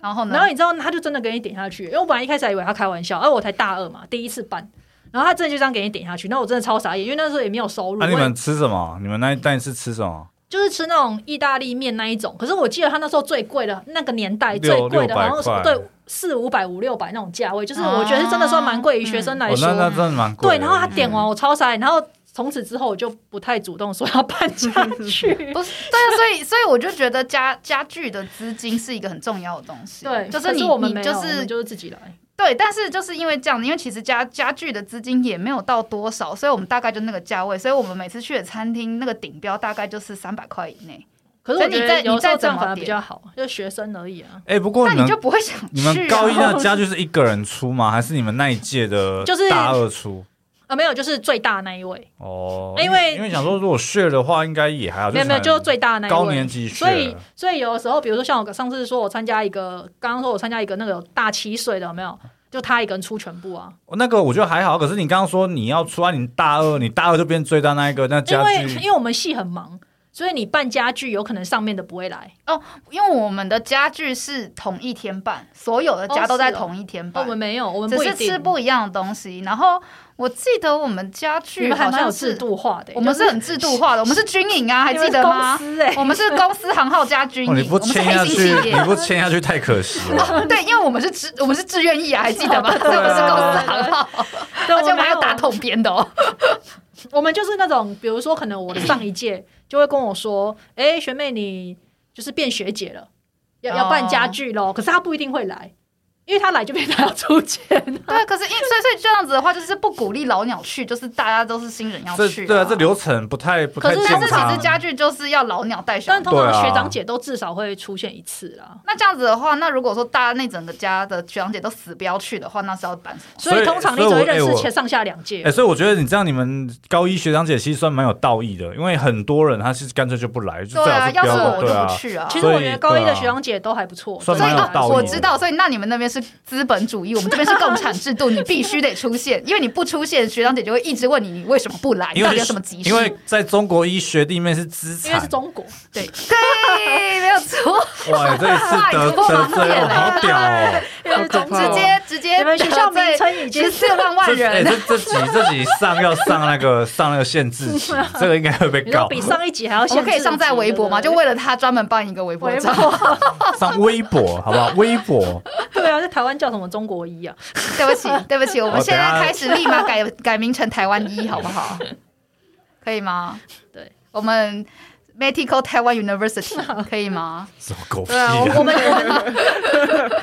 B: 然后呢？
C: 啊然后你知道他就真的给你点下去，因为我本来一开始还以为他开玩笑，而、我才大二嘛，第一次办。然后他真的就这样给你点下去，那我真的超傻眼，因为那时候也没有收入。
A: 啊那、你
C: 我也
A: 们吃什么？你们那一代是吃什么？
C: 就是吃那种意大利面那一种，可是我记得他那时候最贵的那个年代最
A: 六
C: 贵的，
A: 600
C: 好像是
A: 块
C: 对四五百五六百那种价位，就是
B: 哦
C: 我觉得是真的算蛮贵，于学生来
A: 哦，
C: 说。
A: 那那真的蛮贵的。嗯
C: 对，然后他点完我超傻眼，然后从此之后我就不太主动说要搬家去。
B: *laughs* 不是对啊，所以所以我就觉得家家具的资金是一个很重要的东西，
C: *laughs* *laughs* 对，
B: 就
C: 可
B: 是你
C: 我们
B: 你
C: 没有
B: 就
C: 我
B: 是
C: 们就是自己来。
B: 对，但是就是因为这样子，因为其实家家具的资金也没有到多少，所以我们大概就那个价位，所以我们每次去的餐厅那个顶标大概就是三百块以内，
C: 可是
B: 所
C: 我
B: 以你
C: 觉
B: 再
C: 得有
B: 你
C: 时候
B: 再
C: 这
B: 怎
C: 样
B: 么
C: 反而比
B: 点
C: 较好，就学生而已啊。
A: 哎、不过
B: 那
A: 你
B: 你
A: 们
B: 就不会想去、啊。
A: 你们高一那
B: *laughs*
A: 家就是一个人出吗？还是你们那一届的
C: 就是
A: 大二出？
C: 啊，没有，就是最大那一位，
A: 哦，
C: 因为
A: 因为想说如果血的话，应该也还好。
C: 没有没有，
A: 可能
C: 就是最大那一位。
A: 高年级血
C: 所以，所以有的时候，比如说像我上次说，我参加一个，刚刚说我参加一个那个有大七岁的，有没有？就他一个人出全部啊，
A: 哦那个我觉得还好。可是你刚刚说你要出啊，你大二，你大二就变最大那一个，那
C: 因
A: 家
C: 为因
A: 具
C: 为我们系很忙，所以你办家具有可能上面的不会来，
B: 哦因为我们的家具是同一天办，所有的家都在同一天
C: 我
B: 办，
C: 们没哦有，我们
B: 只
C: 不一
B: 是
C: 定
B: 吃不一样的东西。然后我记得我们家
C: 你
B: 具
C: 们还
B: 好
C: 蛮有
B: 像
C: 制
B: 是，
C: 度化的、
B: 我们
C: 就是
B: 很制度化的，我们是军营啊，还
C: 你们
B: 记
C: 是
B: 得吗
C: 公？司哎、
B: 我们是公司行号加军营，
A: 哦，你不
B: 我们是
A: 签下
B: 黑心
A: 去，
B: 企业
A: 你。不签下去太可惜了。
B: *laughs* 哦，对，因为我们是志，我们是志愿役啊，还记得吗？所以我们是公司行号，
C: 对
B: 而且我
C: 我
B: 们还
C: 们
B: 有打，桶边的
C: *laughs*
B: 哦。
C: 我们就是那种，比如说，可能我的上一届就会跟我说，哎、学妹你就是变学姐了，要要办家具
B: 哦
C: 喽，可是他不一定会来，因为他来就变成他要出钱。
B: 对，可是因所以所以这样子的话，就是不鼓励老鸟去，就是大家都是新人要
A: 这
B: 去、
A: 对啊，这流程不太不太
C: 可是
A: 健
B: 但是其
A: 康
B: 实。家具就是要老鸟带小
C: 但
B: 孩。
C: 通
A: 对
C: 常
A: 啊
C: 学长姐都至少会出现一次啦，
B: 那这样子的话，那如果说大家那整个家的学长姐都死不要去的话，那是要办什
A: 所
B: 么？
A: 以
C: 所以通常你只
A: 所以
C: 会
A: 我
C: 认
A: 哎
C: 识
A: 我
C: 前上下两届
A: 哎、。所以我觉得你这样，你们高一学长姐其实算蛮有道义的，因为很多人他是干脆就不来，就最
B: 对啊，
A: 好
B: 要
A: 不
B: 是
A: 要对
B: 我就不
A: 啊。
B: 去啊。
C: 其
B: 所
C: 实我觉
A: 所
C: 得
A: 以
C: 高一
A: 对啊
C: 的学长姐都还不错，
A: 算
B: 以
A: 蛮有
B: 啊
A: 道，理
B: 我
A: 的
B: 知道，所以那你们那边是资本主义，我们这边是共产制度，你必须得出现，因为你不出现，学长姐就会一直问你你为什么不来，你
A: 因
B: 到
A: 为
B: 底有什么急事？
A: 因为在中国医学弟妹是资
C: 因为
A: 产
C: 是，中国，
B: 对对，没有错， *laughs*
A: 哇，这一次得
B: 哇
A: 得
B: 你不方
A: 罪
B: 便
A: 我，
B: 嘞
A: 好屌哦！
B: *laughs*
C: 因为是中国。
B: 直接直接
C: 你们学校名称已经
B: 十四万万
A: 这哎
B: 人，
A: 这这集这集上要上那个上那个限制
B: *laughs*
A: 级，这个应该会被
C: 你说
A: 告。
C: 比上一集还要
B: 我
C: 限
B: 们
C: 制
B: 可以上在微博嘛？
C: 对
B: 就
C: 不对
B: 为了他专门办一个微博
C: 微
B: 账，
C: 博， *laughs*
A: 上微博，好不
B: *laughs*
A: 好？微博，
C: 对啊，在台湾叫什么中国一啊？
B: 对
C: *laughs*
B: 不起对不起，我们
A: 哦
B: 现
A: 等
B: 在
A: 下
B: 开始立马改改名成台湾一好
A: *laughs*
B: 不好？可以吗？
C: 对，
B: 我们 Medical Taiwan
C: *laughs*
B: University 可以吗？
A: 什么狗屁
C: 对啊，我
A: 啊
C: 我！们我们，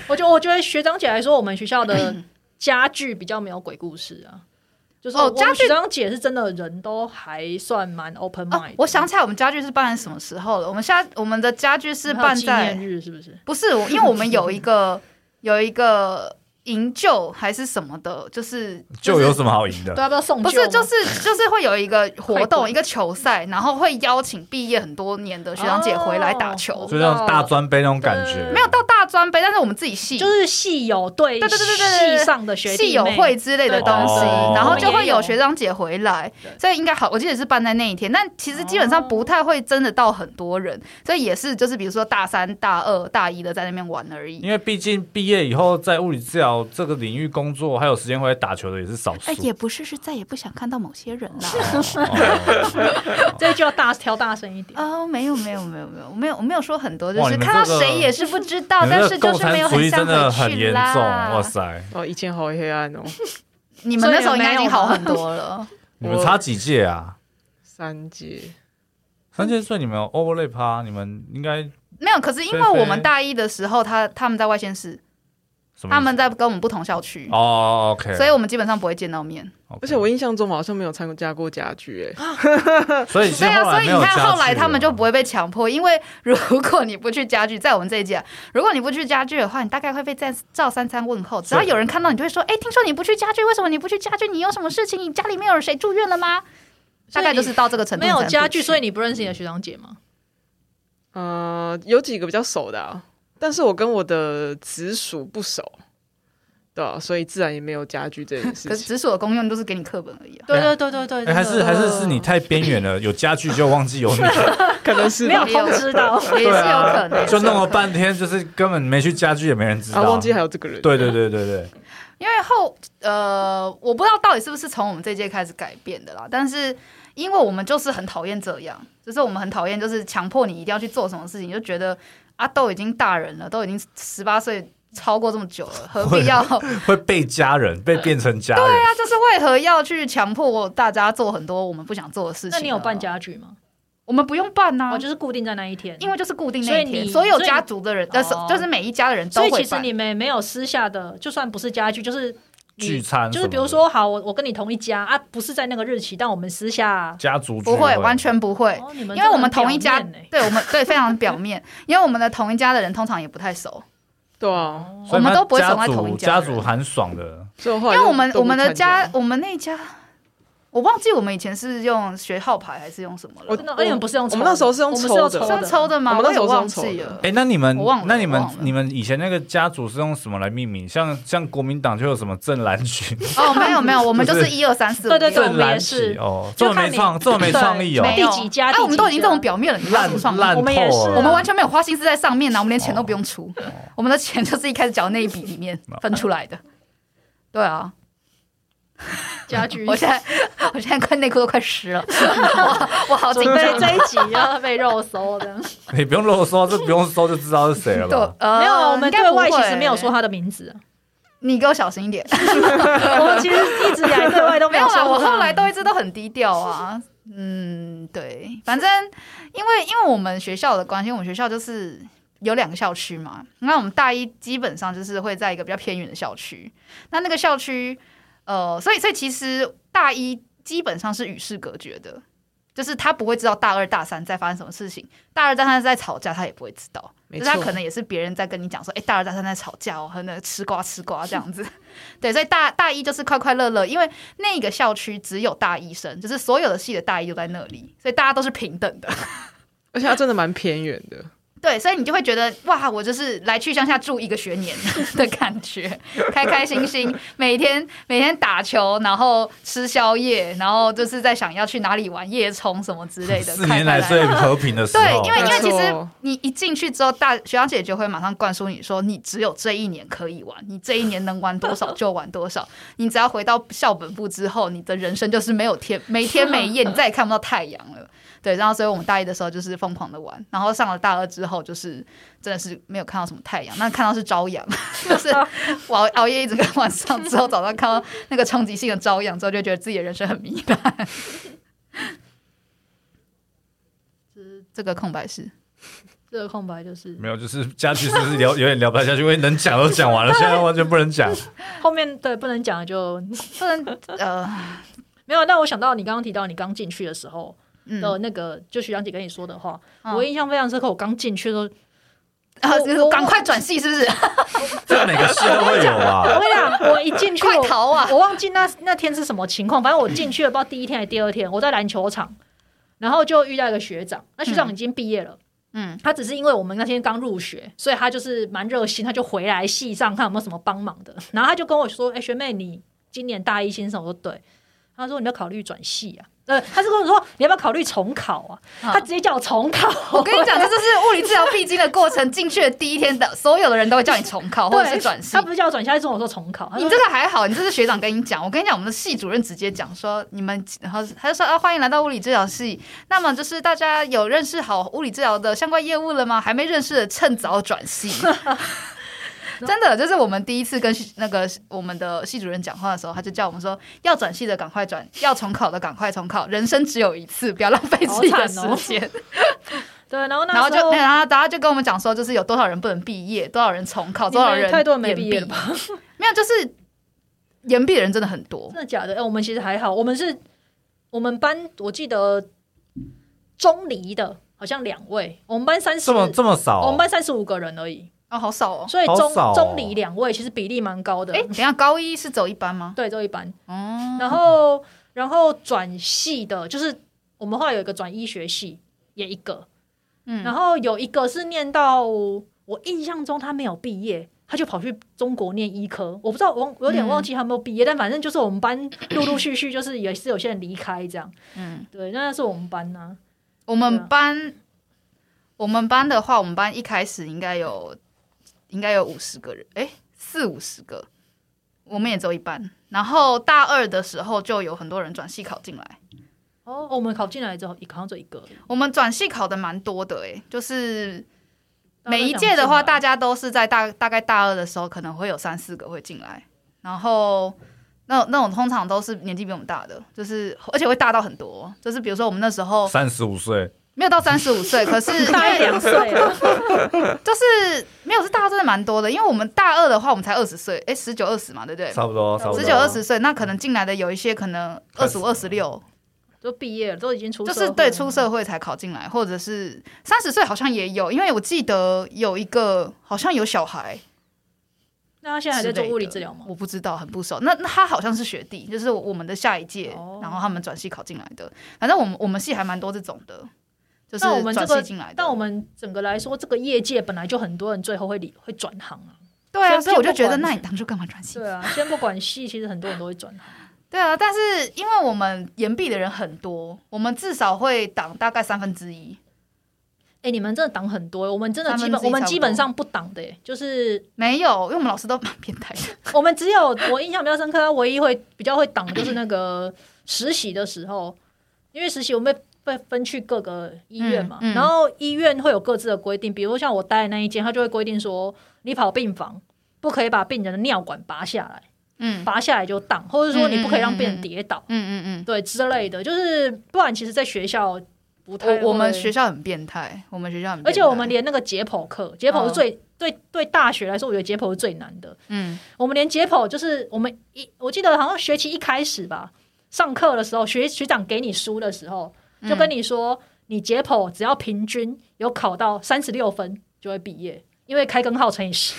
C: 我觉得我觉得学长姐来说，我们学校的家具比较没有鬼故事啊。就是
B: 哦
C: 我
B: 家
C: 们
B: 具
C: 学长姐是真的人都还算蛮 open
B: 哦
C: mind。
B: 我想起来我们家具是办在什么时候了？我们现在我们的家具是
C: 还有
B: 办
C: 纪
B: 在
C: 念日是不是？
B: 不是，我因为我们有一
C: *laughs*
B: 个有一个营救还是什么的，就是
A: 就有什么好赢的？
C: 对啊，不要送
B: 不
C: 旧
B: 是
C: 吗
B: 就是就是会有一个活
C: 快
B: 动，
C: 滚
B: 一个球赛，然后会邀请毕业很多年的学长姐回来打球，
C: 哦
A: 就像大专杯那种感
C: 对
A: 觉，
B: 啊没有到大专杯，但是我们自己系
C: 就是系友对
B: 对对对对对对
C: 系上的学弟
B: 系友
C: 妹
B: 会之类的东西，
A: 对对对
B: 然后就
C: 我们
B: 会
C: 也
B: 有
C: 有
B: 学长姐回来，
C: 对
B: 所以应该好，我记得是办在那一天，但其实基本上
C: 哦
B: 不太会真的到很多人，所以也是就是比如说大三、大二、大一的在那边玩而已。
A: 因为毕竟毕业以后在物理治疗这个领域工作，还有时间回来打球的也是少数哦
B: 哎，。也不是，是再也不想看到某些人啦。
C: 这就要大挑大声一点。
B: *laughs* 哦，没有没有没有没有，我没有我没有说很多，就
A: 哇
B: 是
A: 你们
B: 看到
A: 这个
B: 谁也是不知道，
A: 你
B: 但
A: 们
B: 是
A: 这
B: 就
A: 共
B: 是没有
A: 产主
B: 很
A: 义
B: 像
A: 真的很
B: 回去
A: 严重，哇
B: 啦。
A: 塞！
D: 哦，以前好黑暗哦，
B: 你们那时候应该已经好很多了，
A: 你们差几届啊？
D: 三姐
A: 三届岁你们有 overlap 啊？你们应该
B: 没有。可是因为我们大一的时候，他他们在外县市，
A: 什么意思？
B: 他们在跟我们不同校区，
A: 哦，OK。
B: 所以我们基本上不会见到面。
A: OK
D: 而且我印象中我好像没有参加过家具、欸，哎，
A: 所以
B: 对
A: 现在
B: 啊，
A: 后
B: 所
A: 来
B: 以
A: 没
B: 你
A: 有
B: 看
A: 家
B: 后来
A: 具
B: 他
A: 了
B: 们就不会被强迫，因为如果你不去家具，在我们这一届，如果你不去家具的话，你大概会被在赵三餐问候。只要有人看到你，就会说：“哎，听说你不去家具，为什么你不去家具？你有什么事情？你家里面有谁住院了吗？”大
C: 所以
B: 概就是到这个程度
C: 没有
B: 才
C: 家
B: 不
C: 具，
B: 去
C: 所以你不认识你的学长姐吗？
D: 呃，有几个比较熟的、啊，但是我跟我的直属不熟，对啊，所以自然也没有家具这件事
B: 可是
D: 情。
B: 直属的功用就是给你课本而已啊。
C: 对
A: 对
C: 对
A: 啊
C: 对对
A: 哎，
C: 对，
A: 还
C: 真
A: 是
C: 的
A: 还是是你太边缘了，有家具就忘记有那个，
D: 可能是
C: 没有
D: 吧
C: 通
A: *laughs*
C: 知到，
B: 也是有可能，
A: 就弄了半天，就是根本没去家具，也没人知
D: 啊，
A: 道。
D: 忘记还有这个人。
A: 对对对对对，
B: 因为后呃，我不知道到底是不是从我们这届开始改变的啦，但是因为我们就是很讨厌这样，就是我们很讨厌就是强迫你一定要去做什么事情，就觉得啊都已经大人了，都已经十八岁 *laughs* 啊超过这么久了，何必 *laughs* 要？对
A: 会被家人被变成家人。
B: 啊，就是为何要去强迫大家做很多我们不想做的事情？
C: *laughs*
B: 啊
C: 那你有办？家具吗？
B: 我们不用办呐、
C: 哦，就是固定在那一天，
B: 因为就是固定那一
C: 所以
B: 天，
C: 你
B: 所有家族的人，呃，
C: 所以
B: 就是每一家的人都
C: 所以
B: 会
C: 其实
B: 办。
C: 你们没有私下的，就算不是家具，就是你
A: 聚餐
C: 就是比如
A: 什么
C: 说，好，我我跟你同一家啊，不是在那个日期，但我们私下
A: 的，家族聚
B: 不会，完全不
D: 哎
B: 会。
C: 哦、你们
B: 因为我们同一家
C: 真的很表面欸，
B: 对我们对非常表面，因为我们的同一家的人通常也不太熟，
D: 对啊，
A: 所以
B: 我们都不会
A: 家
B: 走在同一
A: 族
B: 家
A: 家
B: 人
A: 族很爽的，
D: 所以后
B: 因
D: 来
B: 为我们
D: 就
B: 我们
D: 都
B: 的
D: 不参加
B: 家我们那一家，我忘记我们以前是用学号牌还是用什么
D: 我
B: 了，
C: 真的，而且你们不是用抽的，
D: 我们那时候是用
C: 我们
D: 抽
C: 用
D: 的
C: 抽
B: 是用抽
C: 的，
B: 的吗？
D: 我们那时候
B: 也
D: 是用
B: 忘
D: 抽
B: 记
D: 的
B: 了。
A: 哎，那你们
B: 我忘了
A: 那你们
B: 我忘了
A: 你们以前那个家族是用什么来命名？像像国民党就有什么正蓝
B: *laughs*
A: 群、
B: 哦，没有没有，我们就是一二三四，
C: 对对对
B: 五
C: 我
A: 正
C: 们
A: 蓝
C: 也是
A: 旗哦，这
C: 就
A: 么
C: 看
A: 没
C: 你
A: 创这么没创意
B: 六
A: 哦
B: 没，
C: 第
B: 有
C: 几家？
B: 哎，
C: 第
B: 我们
C: 几
B: 都已经
C: 家
B: 这种表面了，你还有什
A: 烂
B: 么创意
A: 烂
C: 我们也
A: 透
C: 是
A: 了。
B: 我们完全没有花心思在上面呢、我们连钱都
A: 哦
B: 不用出， *laughs* 我们的钱就是一开始缴那一笔里面分出来的。对啊，
C: 家具
B: 我现在我现在快内裤都快湿了，我我好紧
C: *laughs* 准备
B: 张。
C: 这一集要被肉搜的，
A: 你不用啰嗦，这不用搜就知道是谁了
B: 对
A: 吧？，
B: 呃
C: 没有，啊我们
B: 应该
C: 对
B: 不
C: 外
B: 会欸
C: 其实没有说他的名字，啊
B: 你给我小心一点。
C: 我们其实一直以来对外都
B: 没
C: 有
B: 有啦，
C: 说。
B: 我后来都一直都很低调啊。嗯，对，反正因为因为我们学校的关系，我们学校就是有两个校区嘛。那我们大一基本上就是会在一个比较偏远的校区，那那个校区，呃，所以所以其实大一基本上是与世隔绝的，就是他不会知道大二大三在发生什么事情，大二大三在吵架他也不会知道，
D: 没
B: 就是
D: 错
B: 他可能也是别人在跟你讲说，哎、大二大三在吵架哦，和那个吃瓜吃瓜这样
D: *laughs*
B: 子。对，所以大大一就是快快乐乐，因为那个校区只有大一生，就是所有的系的大一都在那里，所以大家都是平等的。
D: 而且它真的蛮偏远的，
B: 对，所以你就会觉得哇，我就是来去乡下住一个学年的感觉，开开心心，每天每天打球，然后吃宵夜，然后就是在想要去哪里玩夜冲什么之类的。
A: 四年
B: 开开
A: 来最和平的时
B: 对，
A: 候，
B: 因为因为
D: 没
B: 其实
D: 错
B: 你一进去之后，大学长姐就会马上灌输你说，你只有这一年可以玩，你这一年能玩多少就玩多少，你只要回到校本部之后，你的人生就是没有天没天没夜，你再也看不到太阳了。对，然后所以我们大一的时候就是疯狂的玩，然后上了大二之后就是真的是没有看到什么太阳，那看到是朝
D: *laughs*
B: 阳，就是我熬熬夜一整个晚上之后，早上看到那个冲击性的朝阳之后，就觉得自己的人生很糜烂。就是这个空白是。
C: 这个空白就是
A: 没有，就是家具是不是聊有点聊不太下去？因为能讲都讲完了，现在完全不能讲。
C: 后面对不能讲的就
B: 不能呃，
C: 没有。啊但我想到你刚刚提到你刚进去的时候
B: 嗯，
C: 的那个，就徐阳姐跟你说的话，
B: 嗯
C: 我印象非常深刻。我刚进去的时候，
B: 啊
C: 我我
B: 赶快转系是不是？
A: *laughs* 这每个系都会有
C: 我
A: 吧？
C: *laughs* 跟你讲，啊我一进去，
B: 快
C: 我
B: 逃啊！
C: 我忘记那那天是什么情况，反正我进去了，不知道第一天还是第二天，我在篮球场，然后就遇到一个学长，那学长已经毕业了。
B: 嗯，
C: 他只是因为我们那天刚入学，所以他就是蛮热心，他就回来系上看有没有什么帮忙的。然后他就跟我说：“哎、学妹，你今年大一新生？”我说：“对。”他说：“你要考虑转系啊？”呃，他是跟我说：“你要不要考虑重考啊？”
B: 啊
C: 他直接叫我重考。
B: 我跟你讲，这就是物理治疗必经的过程。进去的第一天的，所有的人都会叫你重考哦或者是转系
C: 他。不是叫我转系，他是跟我说重考。他
B: 你
C: 说
B: 这个还好，你这是学长跟你讲。我跟你讲，我们的系主任直接讲说，你们然后他就说啊，欢迎来到物理治疗系。那么就是大家有认识好物理治疗的相关业务了吗？还没认识的，趁早转系。 *laughs* 真的，就是我们第一次跟系那个我们的系主任讲话的时候，他就叫我们说，要转系的赶快转，要重考的赶快重考，人生只有一次，不要浪费自己的时
C: 好惨哦
B: 间。
C: 对，然后那
B: 然后就
C: 时候
B: 然后大家就跟我们讲说，就是有多少人不能毕业，多少人重考，
C: 你
B: 多
C: 们
B: 少人
C: 太多人没毕业
B: 延
C: 了
B: 毕
C: 吧？
B: *laughs* 没有，就是延毕的人真的很多
C: 真。的假的？哎、我们其实还好，我们是，我们班我记得中离的好像两位，我们班三十
A: 这，么这么少
C: 我
A: 哦
C: 们，班三十五个人而已。
B: 哦，好少哦。
C: 所以
A: 好
C: 中、
A: 少哦
C: 中离两位其实比例蛮高的。
B: 哎，等一下高一是走一班吗？
C: 对，就一般。
B: 哦，
C: 然后然后转系的，就是我们后来有一个转医学系，也一个，
B: 嗯
C: 然后有一个是念到我印象中他没有毕业，他就跑去中国念医科。我不知道，我忘我有点忘记他有没有毕业，但反正就是我们班陆陆续续就是也是有些人离开这样。
B: 嗯，
C: 对，那是我们班呢、
B: 我
C: 啊
B: 们班，我们班的话，我们班一开始应该有应该有五十个人，诶，四五十个，我们也只有一半。然后大二的时候就有很多人转系考进来，
C: 哦，我们考进来之后，一考上只有一个而已，
B: 我们转系考的蛮多的、诶，就是
C: 大家
B: 每一届的话，
C: 想进来
B: 大家都是在大大概大二的时候，可能会有三四个会进来，然后那那种通常都是年纪比我们大的，就是而且会大到很多，哦就是比如说我们那时候
A: 三十五岁，
B: 没有到三十五岁，可是因
C: *laughs* 大概
B: 为
C: 两岁了，
B: 就是没有是大二真的蛮多的，因为我们大二的话，我们才二十岁，哎，十九二十嘛，对不对？
A: 差不多，差不多。
B: 十九二十岁，那可能进来的有一些可能二十五、二十六，
C: *laughs* 都毕业了，都已经出
B: 就
C: 社
B: 是
C: 会
B: 对
C: 了
B: 出社会才考进来，或者是三十岁好像也有，因为我记得有一个好像有小孩，
C: 那他现在还在做
B: 之类的
C: 物理治疗吗？
B: 我不知道，很不熟。那那他好像是学弟，就是我们的下一届，
C: 哦
B: 然后他们转系考进来的。反正我们我们系还蛮多这种的，就是
C: 但我们这
B: 转
C: 个
B: 系进来的。
C: 但我们整个来说，这个业界本来就很多人最后会离会转行啊。
B: 对啊，
C: 先
B: 所以我就觉得，
C: 先不
B: 那
C: 管
B: 你当初干嘛转系？
C: 对啊，先不管系，其实很多人都会转行。
B: 对啊，但是因为我们延毕的人很多，我们至少会挡大概三分之一。
C: 哎、你们真的挡很多、我们真的基
B: 三分
C: 本
B: 之一
C: 我们
B: 差不多
C: 基本上不挡的、就是
B: 没有，因为我们老师都蛮变态的。
C: 我们只有我印象比较深刻，他唯一会比较会挡的就是那个实习的时候，因为实习我们被被分去各个医院嘛，
B: 嗯嗯
C: 然后医院会有各自的规定，比如像我待的那一间，他就会规定说，你跑病房不可以把病人的尿管拔下来，
B: 嗯
C: 拔下来就挡，或者说你不可以让病
B: 嗯嗯嗯
C: 人跌倒，
B: 嗯嗯
C: 对之类的，就是不然其实，在学校不太
B: 嗯，我我们
C: 会
B: 学校很变态，我们学校很
C: 而
B: 变态，
C: 且我们连那个解剖课，解剖
B: 嗯
C: 是最、对对大学来说，我觉得解剖是最难的。
B: 嗯
C: 我们连解剖就是我们一，我记得好像学期一开始吧，上课的时候，学学长给你书的时候，就
B: 嗯
C: 跟你说，你解剖只要平均有考到三十六分就会毕业，因为开根号乘以十。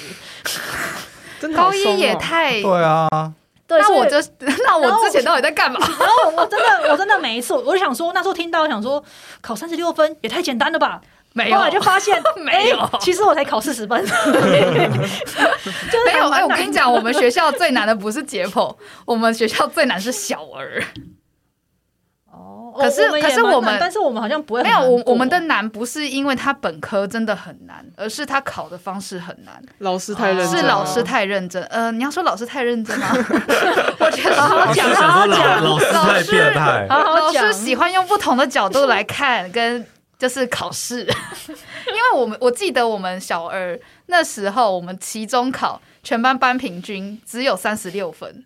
D: 真的好
B: 高一
D: 松哦
B: 也太。
A: 对啊，
C: 对，
B: 那
C: 所以
B: 我就 *laughs* 那我之前到底在
C: *laughs*
B: 干嘛？
C: 然后我我真的我真的每一次，我就想说，那时候听到我想说，考三十六分也太简单了吧？
B: 没
C: 后来就发现
B: *laughs* 没有
C: 哎其实我才考四十
B: *laughs*
C: 分，
B: 没有，哎、我跟你讲，我们学校最难的不是解 *laughs* 剖，我们学校最难是小儿。
C: 哦，
B: 可是
C: 我们也
B: 可是
C: 蛮
B: 我们
C: 难但是我们好像不
B: *laughs*
C: 会
B: 没
C: 很
B: 有，
C: 难
B: 我
C: 过
B: 我们的难不是因为他本科真的很难，而是他考的方式很难，
D: 老师太认
B: 哦
D: 真了，
B: 是老师太认真。呃，你要说老师太认真
C: *laughs*
B: 吗？我觉得好好
A: 我
B: 讲
A: 想，
B: 好好
A: 说
B: 讲，
A: 老老师
B: 老
A: 太
B: 师
A: 变态，
C: 好好
B: 老
C: 讲
B: 师喜欢用不同的角度来看，跟就是考
C: *laughs*
B: 试，因为我们我记得我们小二那时候，我们期中考全班班平均只有三十六分，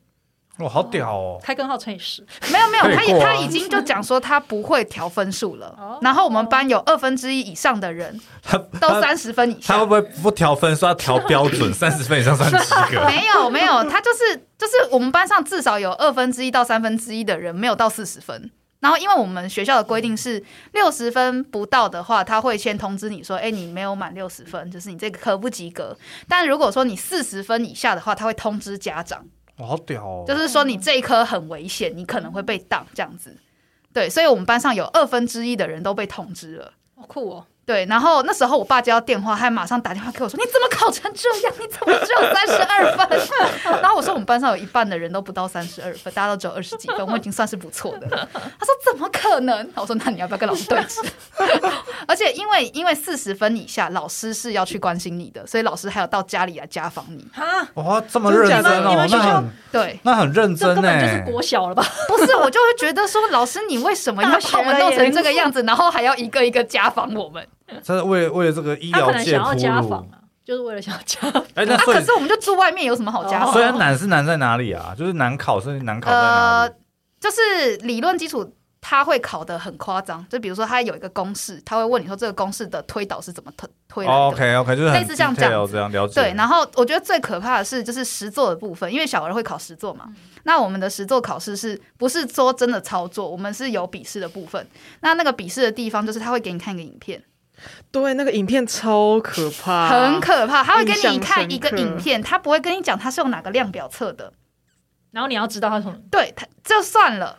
A: 哇，好屌哦！
C: 开根号乘以十，
B: 没有没有，
A: 可以
B: 他也
A: 过啊
B: 他已经就讲说他不会调分数了
C: 哦，
B: 然后我们班有二分之一以上的人
A: 他
B: 都
A: 他
B: 三十分以
A: 他会
B: 上
A: 不。会不调分数，要调标准，三十分以上算及格？
B: 没有没有，他就是就是我们班上至少有二分之一到三分之一的人没有到四十分。然后，因为我们学校的规定是六十分不到的话，他会先通知你说，哎，你没有满六十分，就是你这个科不及格。但如果说你四十分以下的话，他会通知家长。
A: 哇，好屌哦！
B: 就是说你这一科很危险，你可能会被当这样子。对，所以我们班上有二分之一的人都被通知了。
C: 好酷哦！
B: 对，然后那时候我爸接到电话，他还马上打电话给我说：“你怎么考成这样？你怎么只有三十二分？” *laughs* 然后我说：“我们班上有一半的人都不到三十二分，大家都只有二十几分，我已经算是不错的。”他说：“怎么可能？”我说：“那你要不要跟老师对峙？” *laughs* 而且因为因为四十分以下，老师是要去关心你的，所以老师还有到家里来家访你。
C: 哈，
A: 哇，这么认真
D: 真的假的
A: 哦
D: 你，
A: 那
C: 们学校
A: 很
B: 对，
A: 那很认
C: 这
A: 真
C: 根本就是
A: 哎。
C: 国小了吧？
B: 不是，我就会觉得说，老师你为什么要把我们弄成这个样子，然后还要一个一个家访
A: *laughs*
B: 我们？啊
A: 真的为了为了这个医
C: 他
A: 疗
C: 可能
A: 界
C: 想要
A: 铺
C: 家访
A: 路。
C: 啊，就是为了想要家访。
A: 哎，
B: 啊，
A: 那所
B: 可
A: 以
B: 是我们就住外面，有什么好家访
A: 所？以难是难在哪里啊？就是难考是难考在哪
B: 呃
A: 里？，
B: 就是理论基础。他会考得很夸张，就比如说他有一个公式，他会问你说这个公式的推导是怎么推推来的。
A: 哦 OK OK，就是很
B: 类似像这样
A: detail
B: 子
A: 这样了解。
B: 对，然后我觉得最可怕的是就是实作的部分，因为小儿会考实作嘛。那我们的实作考试是不是说真的操作？我们是有笔试的部分。那那个笔试的地方就是他会给你看一个影片，
D: 对那个影片超可怕，
B: 很可怕。他会给
D: 啊印象
B: 你看一个
D: 深刻
B: 影片，他不会跟你讲他是用哪个量表测的。
C: 然后你要知道他什么，
B: 对， *laughs* 他就算了，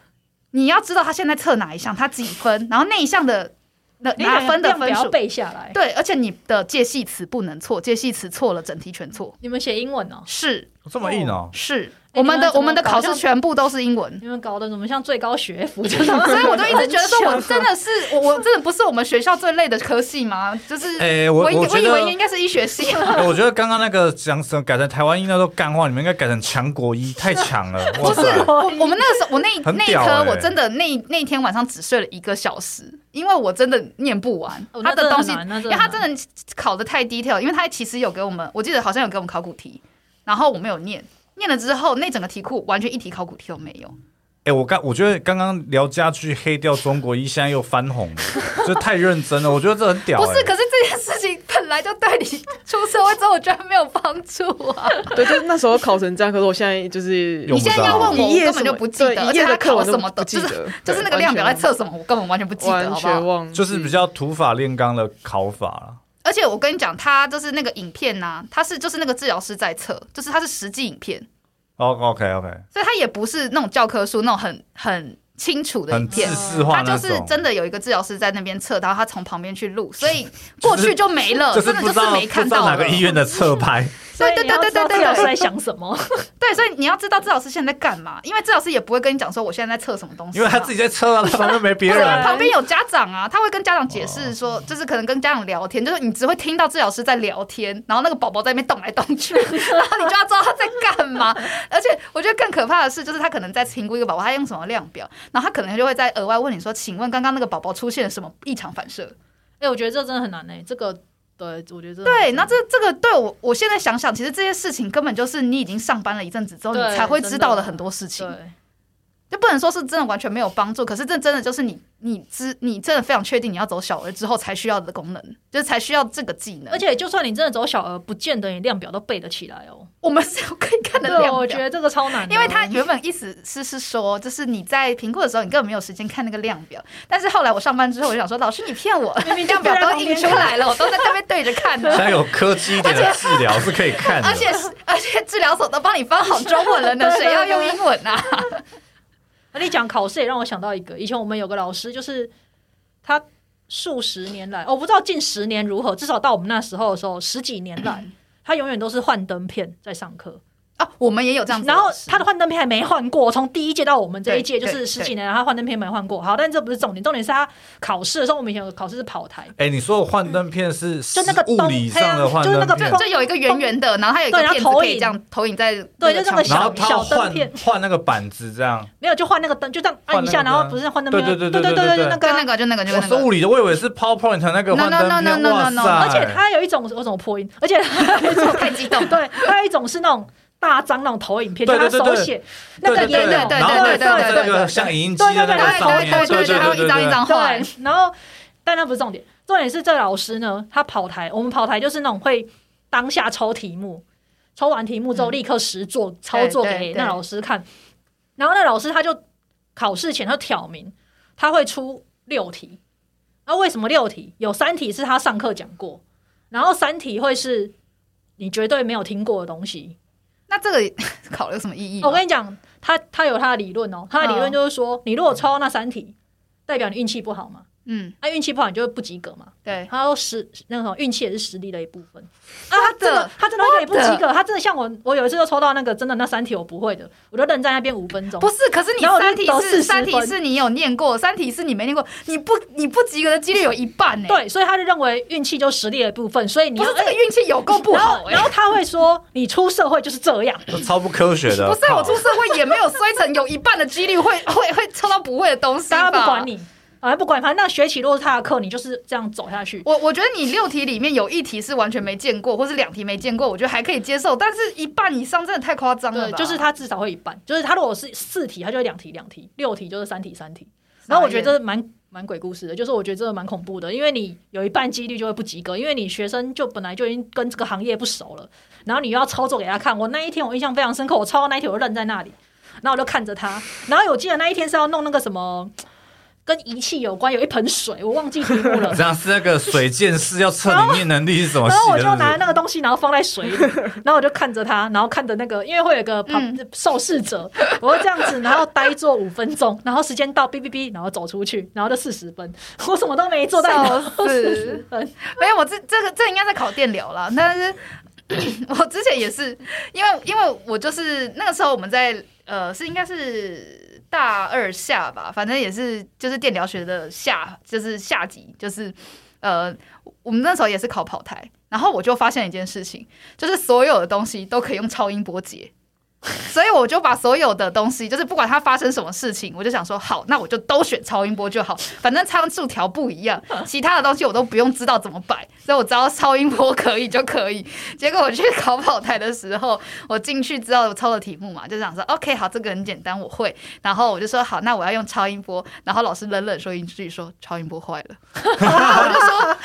B: 你要知道他现在测哪一项，他几分，然后那一项的那
C: 你
B: 拿分的
C: 量
B: 分
C: 表
B: 数
C: 要。背下来。
B: 对，而且你的介系词不能错，介系词错了，整题全错。
C: 你们写英文哦，
B: 是
A: 这么硬哦，
B: 是，我
C: 哎
B: 们
C: 你们
B: 的
C: 怎么
B: 我们的
C: 搞
B: 考试
C: 像
B: 全部都是英文。
C: 你们搞得怎么像最高学府？真
B: *laughs*
C: 的
B: 所以我就一直觉得说，我真的是我，我真的不是我们学校最累的科系吗？就是，
A: 哎我
B: 我以
A: 我觉
B: 我以
A: 得
B: 为应该是医学系，
A: 哎我觉得刚刚那个讲什么改成台湾音那都干话，你们应该改成强国一，太强
B: *laughs*
A: 了，哇
B: 不是
A: 塞！
B: 我我们那个时候，
D: *laughs*
B: 我那一
A: 很
B: 那一
A: 屌
B: 科
A: 欸
B: 我真的那那一天晚上只睡了一个小时，因为我真的念不完
C: 哦
B: 他
C: 那真的
B: 东西，
C: 很难那真的
B: 因为他真
C: 很
B: 的考的太 detail，因为他其实有给我们，我记得好像有给我们考古题，然后我没有念，念了之后那整个题库完全一题考古题都没有。
A: 哎、我刚我觉得刚刚聊家具黑掉中国一，现在又翻红了，就太认真了。我觉得这很屌、
B: 不是，
D: 欸
A: 哎
B: 可是这件事情本来就对你出社会之后，我觉得没有帮助啊。
D: 对，就是那时候考成这样，可是我现在就是
A: 用
B: 你
A: 不到
B: 现在要问我，
D: 一
B: 我
D: 页
B: 根
D: 什
B: 本
D: 么
B: 就不记得，
D: 对
B: 而且
D: 一页
B: 他
D: 的课
B: 考
D: 文
B: 什
D: 都
B: 么的，
D: 不记
B: 就
D: 得
B: 是，就
D: 对
B: 是那个量表在
D: 完全
B: 测什么，我根本完全不记得，
D: 完
B: 好不
D: 全
B: 好？
D: 忘记，
A: 就是比较土法炼钢的考法了。
B: 而且我跟你讲，他就是那个影片呐、他是就是那个治疗师在测，就是他是实际影片，
A: 哦、o k OK，
B: 所以他也不是那种教科书那种很很清楚的影
A: 很
B: 片
A: 自。私化
B: 他
A: 那
B: 就
A: 种，
B: 是真的有一个治疗师在那边测，然后他从旁边去录，
A: *laughs*
B: 所以过去就没了，
A: 就是
B: 真的
A: 不
B: 就
A: 知道
B: 是没
A: 不
B: 看
A: 知道
B: 到
A: 哪
B: 了。
A: 个医院的侧拍。 *laughs*
C: 所以你要知
B: 对对对对
C: 道
B: 对
C: 治疗师在想什么？ *laughs*
B: 对，所以你要知道治疗师现在在干嘛，因为治疗师也不会跟你讲说我现在在测什么东西
A: 因
B: 嘛，
A: 为他自己在车啊，他旁边没别
B: 不是
A: 人。
B: 旁边有家长啊，他会跟家长解释说，就是可能跟家长聊天，就是你只会听到治疗师在聊天，然后那个宝宝在那边动来动
C: *laughs*
B: 去，然后你就要知道他在干嘛。而且我觉得更可怕的是，就是他可能在评估一个宝宝，他用什么量表，然后他可能就会在额外问你说，请问刚刚那个宝宝出现了什么异常反射？
C: 哎、我觉得这真的很难哎、这个对，我觉得这
B: 对，那这这个对我我现在想想，其实这些事情根本就是你已经上班了一阵子之后，你
C: 对
B: 才会知道
C: 真
B: 的
C: 的
B: 很多事情。
C: 对
B: 就不能说是真的完全没有帮助，可是这真的就是你你知你真的非常确定你要走小儿之后才需要的功能，就是才需要这个技能。
C: 而且就算你真的走小额，不见得你量表都背得起来哦。
B: 我们是有可以看得
C: 对，啊
B: 了，
C: 我觉得这嗯个超难的，
B: 因为他原本意思是是说，就是你在评估的时候，你根本没有时间看那个量表。但是后来我上班之后，我就想说，老师你骗
C: *laughs*
B: 我，
C: 明明就
B: 量表都印出来了，我都在那边对着看
A: 现 *laughs* 在
B: 呢。
A: 有科技一点的治疗是可以看的，
B: 而且而且治疗所都帮你翻好中文
C: *laughs*
B: 了呢，
C: 对对
B: 谁要用
C: 对
B: 英文啊？
C: 那你讲考试也让我想到一个，以前我们有个老师，就是他数十年来，哦我不知道近十年如何，至少到我们那时候的时候，十几年来，他永远都是幻灯片在上课，
B: 啊，我们也有这样子的
C: 然
B: 老
C: 后
B: 师，
C: 他的幻灯片还没换过，从第一届到我们这一届
B: 对
C: 就是
B: 对
C: 十几年来，他幻灯片没换过。好，但这不是重点，重点是他考试的时候，我们以前有个考试是跑台，
A: 哎、你说的幻灯片是
C: 就那个
A: 实物理上的幻
C: 就是那
A: 灯
C: 个
A: 片，
B: 就有一个圆圆的，然后它有一个
C: 对然后
B: 片子
C: 投
B: 可以
C: 影
B: 这样投影在
C: 对就
B: 那
C: 那
B: 个墙
C: 个
B: 壁
A: 然后
C: 小
A: 他
C: 小灯
A: 换
C: 片
A: 换那个板子这样，
C: 没有就换那个灯，就这样按一下，
A: 换那
C: 然
A: 个
C: 后不是换灯片，
A: 对对对
C: 对
A: 对对
C: 对，那
B: 跟
C: 个哦
B: 那。个就那个就
A: 我
B: 那
A: 是
B: 个
A: 物，理的，我以为是 PowerPoint 那个
B: No,
A: 幻
B: no,
A: 灯
B: no,
A: 片，
B: no, no,
A: 哇
B: no,
A: 塞！
C: 而且它有一种我怎么破音，而且它有一种
B: 太激动了。
C: 对，还有一种是那种大张那种投影片，就
A: 对
C: 他
A: 对
C: 手写那个
A: 对对
C: 也有，
A: 对然后
B: 对对对
A: 放在那
B: 对
A: 个像影音机的那个上面，
B: 对
A: 对
B: 对对，还有
A: 对
B: 一张一张画，
C: 对，然后但那不是重点，重点是这老师呢，他跑台，我们跑台就是那种会当下抽题目，抽完题目之后
B: 嗯
C: 立刻实做、操作
B: 对对
C: 给那老师看，然后那老师他就考试前他挑明他会出六题，那为什么六题？有三题是他上课讲过，然后三题会是你绝对没有听过的东西，
B: 那这个 *laughs* 考了有什么意义吗？
C: 我跟你讲，他他有他的理论哦，他的理论
B: 嗯
C: 就是说，你如果抽到那三题，代表你运气不好嘛，
B: 嗯，
C: 那、运气不好你就会不及格嘛。
B: 对，
C: 他说实那种运气也是实力的一部分啊，
B: What
C: 他真的
B: the-
C: 他真的会给你不
B: what the-
C: 及格，他真的像我，我有一次就抽到那个真的那三题我不会的，我就愣在那边五分钟。
B: 不是，可是你
C: 然后我就
B: 三题
C: 得
B: 是
C: 40
B: 三题
C: 分
B: 是你有念过，三题是你没念过，你不你不及格的几率有一半呢。，
C: 对，所以他就认为运气就是实力的一部分，所以你
B: 不
C: 要
B: 是这个运气有够不
C: 然
B: 好
C: 后然
B: 哎。
C: 后他会说你出社会就是这样，
A: 这啊超不科学的。
B: 不是我出社会也没有衰成有一半的几率会 *laughs* 会会抽到不会的东西
C: 大家
B: 吧？
C: 不管你，啊不管，反正那学期如果是他的课，你就是这样走下去。
B: 我我觉得你六题里面有一题是完全没见过，或是两题没见过，我觉得还可以接受，但是一半以上真的太夸张了
C: 对，
B: 吧。
C: 就是他至少会一半，就是他如果是四题，他就会两题两题，六题就是三题三题。然后我觉得这蛮蛮鬼故事的，就是我觉得这个蛮恐怖的，因为你有一半几率就会不及格，因为你学生就本来就已经跟这个行业不熟了，然后你又要操作给他看。我那一天我印象非常深刻，我抄到那一题我就愣在那里，然后我就看着他，然后我记得那一天是要弄那个什么。跟仪器有关，有一盆水，我忘记题目了
A: 这。样是那个水剑士要测你念能力是什么
C: 然
A: 系
C: 后我
A: 的？
C: 就是
A: 不
C: 拿
A: 是
C: 那个东西，然后放在水
A: *laughs*
C: 里，然后我就看着它，然后看着那个，因为会有一个旁、
B: 嗯
C: 受试者，我会这样子，然后呆坐五分钟，然后时间到，哔哔哔，然后走出去，然后就四十分， *laughs* 我什么都没做，但
B: 笑
C: 四
B: 死
C: 十分，
B: *laughs* 没有，我这这个这应该在考电疗啦，但是我之前也是，因为因为我就是那个时候我们在呃是应该是大二下吧，反正也是就是电疗学的下就是下级，就是呃我们那时候也是考跑台，然后我就发现一件事情，就是所有的东西都可以用超音波解。所以我就把所有的东西，就是不管它发生什么事情，我就想说，好，那我就都选超音波就好，反正参数条不一样，其他的东西我都不用知道怎么摆，所以我只要超音波可以就可以。结果我去考跑台的时候，我进去知道我抄的题目嘛，就想说，OK，好，这个很简单，我会。然后我就说，好，那我要用超音波。然后老师冷冷说一句说，超音波坏了。然后我就说，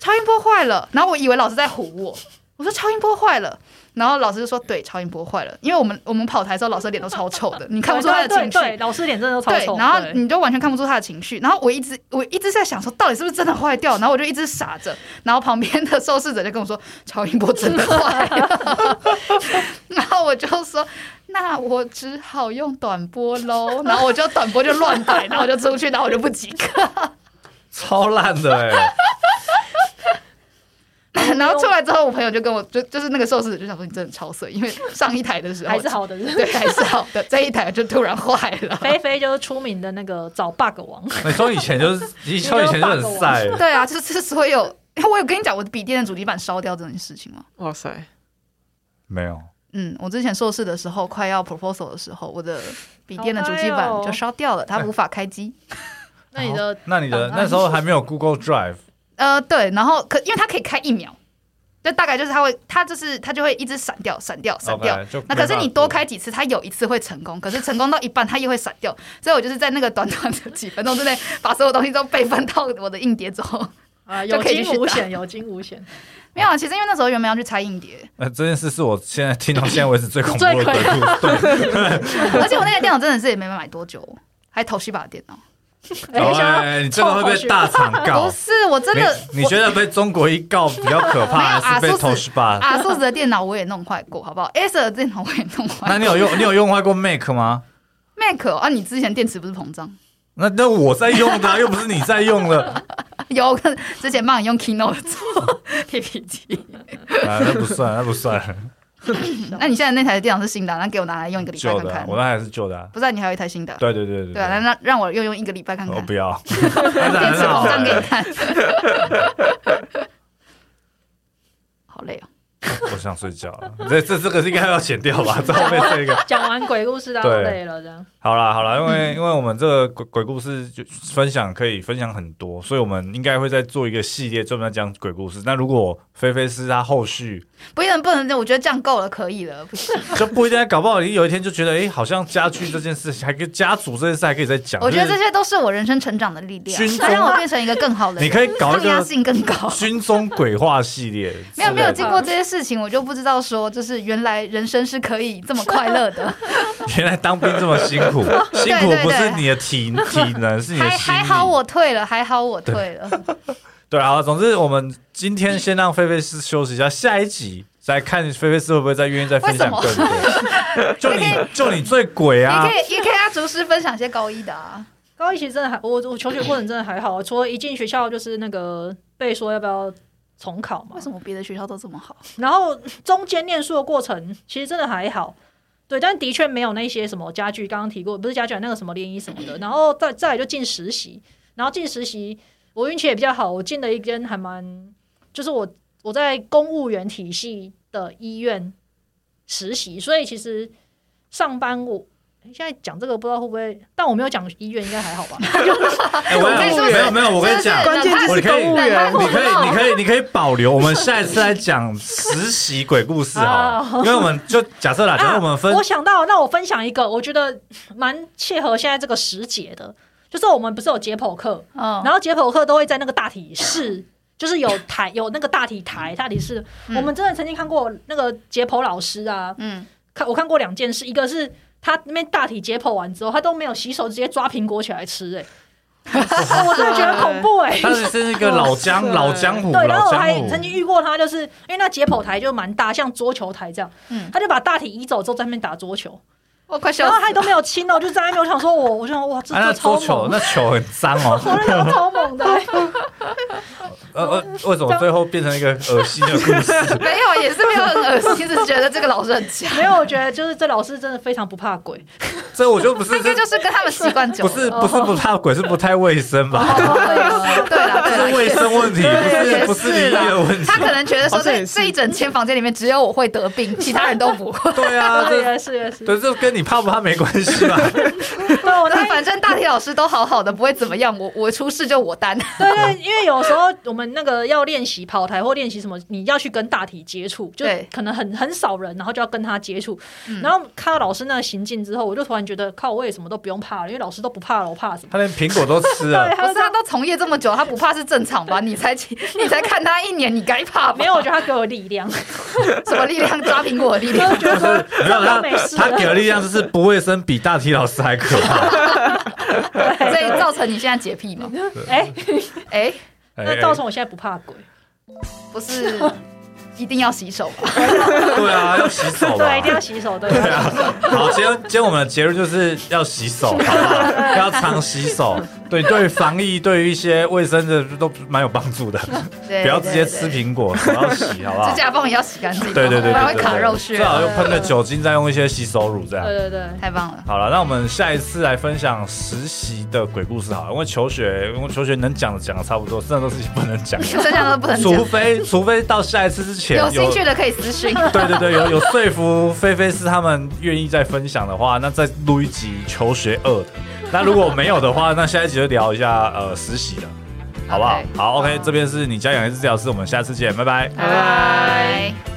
B: 超音波坏了。然后我以为老师在唬我，我说超音波坏了。然后老师就说：“对，超音波坏了，因为我们我们跑台的时候，老师的脸都超臭的，你看不出他的
C: 对
B: 情绪。
C: 对对老师脸真的都超
B: 对
C: 丑，，
B: 然后
C: 对
B: 你就完全看不出他的情绪。然后我一直我一直在想说，到底是不是真的坏掉？然后我就一直傻着。然后旁边的受试者就跟我说，超音波真的坏了。 *laughs* 然后我就说，那我只好用短波喽。然后我就短波就乱摆，然后我就出去，然后我就不及格。
A: 超烂的哎、欸！
B: *laughs* 然后出来之后，我朋友就跟我就就是那个受试者就想说，你真的超衰，因为上一台的时候
C: 还是。好的，是不是
B: 对，还是好的。这一台就突然坏了。
C: 菲菲就是出名的那个找 bug
B: *laughs*
C: 王，
A: 你从以前就是，你从以前就很晒，
B: 对啊， *laughs* 就是所有。我有跟你讲我的笔电的主机板烧掉这件事情吗？
D: 哇塞，
A: 没有。
B: 嗯，我之前硕士的时候，快要 proposal 的时候，我的笔电的主机板
A: 哦
B: 就烧掉了，它无法开机。
C: 那你的
A: 好那你的
C: 档案
A: 那时候还没有 Google Drive，
B: 呃，对，然后可因为它可以开一秒，就大概就是它会，它就是它就会一直闪掉、闪掉、闪掉。
A: OK，就
B: 那
A: 没
B: 可是
A: 办法
B: 你多
A: 过
B: 开几次，它有一次会成功，可是成功到一半它又会闪掉，所以我就是在那个短短的几分钟之内，把所有东西都备份到我的硬碟之后。
C: 啊，
B: 就
C: 有
B: 可以
C: 惊
B: 继续
C: 无
B: 打
C: 险，有惊无险，
B: 没有啊，其实因为那时候原本要去拆硬碟，
A: 呃，这件事是我现在听到现在为止最恐怖
C: 最
A: 的鬼故事。
B: 而且我那台电脑真的是也没买多久，还投西把的
A: *laughs*
B: 电脑。
C: *laughs* 哎
A: 哦
C: 想要
A: 哎，你这个会
C: 凑合
A: 被
C: 去
A: 大厂告
B: 不。是，我真的
A: 你你觉得被中国一告比较可怕，还是
B: 没有
A: 被
B: 啊说
A: t
B: 实
A: o 吧？
B: 啊，数字的电脑我也弄坏过，好不好？S 的电脑我也弄坏
A: 那你有用你有用坏过 Mac 吗？
B: Mac 哦啊，你之前电池不是膨胀？ *laughs*
A: 那那我在用的啊，又不是你在用的，啊，
B: 有，可是之前帮你用 Keynote
A: *laughs*
B: 做 PPT。
A: 哎那不算，那不算，
B: 那你现在那台电脑是新的啊，那给我拿来用一个礼拜
A: 旧
B: 看
A: 的啊，
B: 看
A: 我。那还是旧的啊。
B: 不是啊，你还有一台新的啊。
A: 对对对对
B: 对啊，那让让我用用一个礼拜看
A: 我
B: 看
A: 不，要，
B: *laughs* 电
A: 电
B: 池膨胀给你看。 *laughs* 好累哦，
A: 我想睡觉了。这这这个是应该要剪掉吧？在后面这个。
C: 讲完鬼故事大家都
A: 对
C: 累了，这样
A: 好啦好啦，因
B: *laughs*
A: 为因为我们这个鬼鬼故事就分享可以分享很多，所以我们应该会再做一个系列专门讲鬼故事。那如果菲菲是她后续 *laughs*
B: 不能不能，我觉得这样够了，可以了，不行。
A: 就不一定，搞不好你有一天就觉得，哎、好像家居这件事情，还跟家族这件事还可以再讲。
B: 我觉得
A: 就
B: 这
A: 啊是
B: 些都是我人生成长的历
A: 军中
B: 练，
A: 啊
B: 它让我变成一个更好的
A: *laughs*
B: 人，
A: 你可以搞一
B: 抗压
A: 个
B: 性更高。
A: 军中鬼话系列之类的，
B: 没有没
A: *laughs*
B: 有经过这些事情，我就不知道说，就是原来人生是可以这么快乐的。
A: 原来当兵这么辛苦，辛苦不是你的
B: *laughs*
A: 体体能，是你的
B: *laughs* 还
A: 心力。
B: 还好我退了，还好我退了。
A: 对啊，总之我们今天先让菲菲斯休息一下，下一集再看菲菲斯会不会再愿意再分享
B: 为
A: 更多。就你就你最鬼
B: 也
A: 啊
B: 可！ *laughs* 以也可以跟竹师分享一些高一的啊。
C: 高一其实真的还，我我求学过程真的还好，啊除了一进学校就是那个被说要不要重考嘛
B: 为，什么别的学校都这么好？
C: 然后中间念书的过程其实真的还好，对，但的确没有那些什么家具，刚刚提过不是家具，啊那个什么联谊什么的，然后再再来就进实习，然后进实习我运气也比较好，我进了一间还蛮，就是我我在公务员体系的医院实习，所以其实上班我。现在讲这个不知道会不会，但我没有讲医院，应该还好吧？
A: 哎，我
B: 你是不是
A: 没有没有，我哦跟你讲，
B: 是不
D: 关键
B: 是
D: 字
A: 我
D: 是
A: 可以
D: 公务员
B: 冷，
A: 你可以，
B: 冷
A: 你可以，你可以保留。我们下一次来讲实习鬼故事好了，因为我们就假设啦，假设我们分
C: 啊我想到，那我分享一个，我觉得蛮切合现在这个时节的，就是我们不是有解剖课，
B: 嗯，
C: 然后解剖课都会在那个大体室，就是有台有那个大体台大体室，
B: 嗯
C: 我们真的曾经看过那个解剖老师啊，
B: 嗯，
C: 看我看过两
A: *laughs*
C: 件事，一个是。他那边大体解剖完之后，他都没有洗手，直接抓苹果起来吃、欸，我真的觉得恐怖哎、
A: 他是是一个老江
D: 哇塞
A: 老江湖，
C: 对，然后
A: 老
C: 我
A: 江
C: 还
A: 湖。
C: 曾经遇过他，就是因为那解剖台就蛮大，像桌球台这样，
B: 嗯
C: 他就把大体移走之后在那边打桌球，
B: 我快笑
C: 然后他
B: 死
C: 都
B: 了。
C: 没有亲哦，就在那边。我想说我，我就想哇，这
A: 啊，那
C: 这超
A: 桌球
C: 猛，
A: 那球很脏
C: 我
A: 哦，
C: *laughs* 那球超猛的、
A: 呃呃，为什么最后变成一个恶心的故事？
B: *laughs* 没有，啊也是没有很恶心，只是觉得这个老师很 *laughs* 强。
C: 没有，我觉得就是这老师真的非常不怕
A: *laughs*
C: 鬼，
A: 这我就不是
B: 应该
A: 这
B: 就是跟他们习惯久
A: 不
B: *laughs* 了。哦
A: 是不是不怕鬼，是不太卫生吧？
B: 对啦对
A: 这
B: 啦
A: 是卫生问题，不是
B: 也
A: 不是你的问题
B: 他。可能觉得说
D: 好像也
B: 这
D: 是
B: 这一整间房间里面只有我会得病，其他人都不 *laughs* 会。
A: 对啊，
C: 对，
A: 这
C: 也是也是，
A: 对这跟你怕不怕没关系吧？
C: 对我那
B: 那 *laughs* 反正大体老师都好好的，不会怎么样。我我出事就我担。
C: 对对，因为有时候我们那个要练习跑台或练习什么，你要去跟大体接触，就
B: 对
C: 可能很很少人，然后就要跟他接触。然后看到老师那个行径之后，我就突然觉得，靠，我也什么都不用怕了，因为老师都不怕了，我怕什么？
A: 他连苹果都吃啊了
C: 对，，
B: 不 *laughs* 是他都从业这么久，他不怕是正常 *laughs* 吧？你才起你才看他一年，你该怕 *laughs* 吧？
C: 没有，我觉得他给我力
A: *laughs*
C: 量，
B: 什么力量抓苹果的力 *laughs*
C: 我
B: 量。
C: 就觉得
A: 没
C: 说
A: 有
C: 这
A: 他
C: 都没事
A: 他
C: 了
A: 给的力量就是不卫生，比大体老师还可怕。
B: 所以造成你现在洁癖嘛？
C: 哎，
B: 哎、
A: 哎
C: 那造成我现在不怕鬼。
B: 不 *laughs* 是，一定要洗手吧？
A: 对啊，要洗手吧
C: 对，一。定要洗手，对。
A: 对啊，好，今天今天我们的结论就是要洗手，好不好要常洗手。对，对于防疫，对于一些卫生的都蛮有帮助的。
B: 对，
A: *laughs* 不要直接
B: 对
A: 吃。苹果，手要洗，
B: *laughs*
A: 好不
B: 对指
A: 好？
B: 甲棒也要洗干净，
A: 对对对对
B: 不
A: 对，
B: 然会
A: 对
B: 卡
A: 对
B: 肉屑啊
A: 最。好用喷个酒精，再用一些洗手乳这样。
C: 对对对，
B: 太棒了，
A: 好了，那我们下一次来分享实习的鬼故事好了，因为求学，因为求学能讲的讲的差不多，剩下都是不能讲
B: *laughs*
A: 的，
B: 剩下的都不能讲
A: 除。非除非到下一次之前
B: 有兴趣的可以私信。
A: 对对对，有有说服菲菲是他们愿意再分享的话，那再录一集求学二的。那如果没有的话，那下一集就聊一下呃实习的，好不好
B: OK
A: 好，OK，这边是你家养的治疗师，我们下次见，拜拜。
B: 拜拜。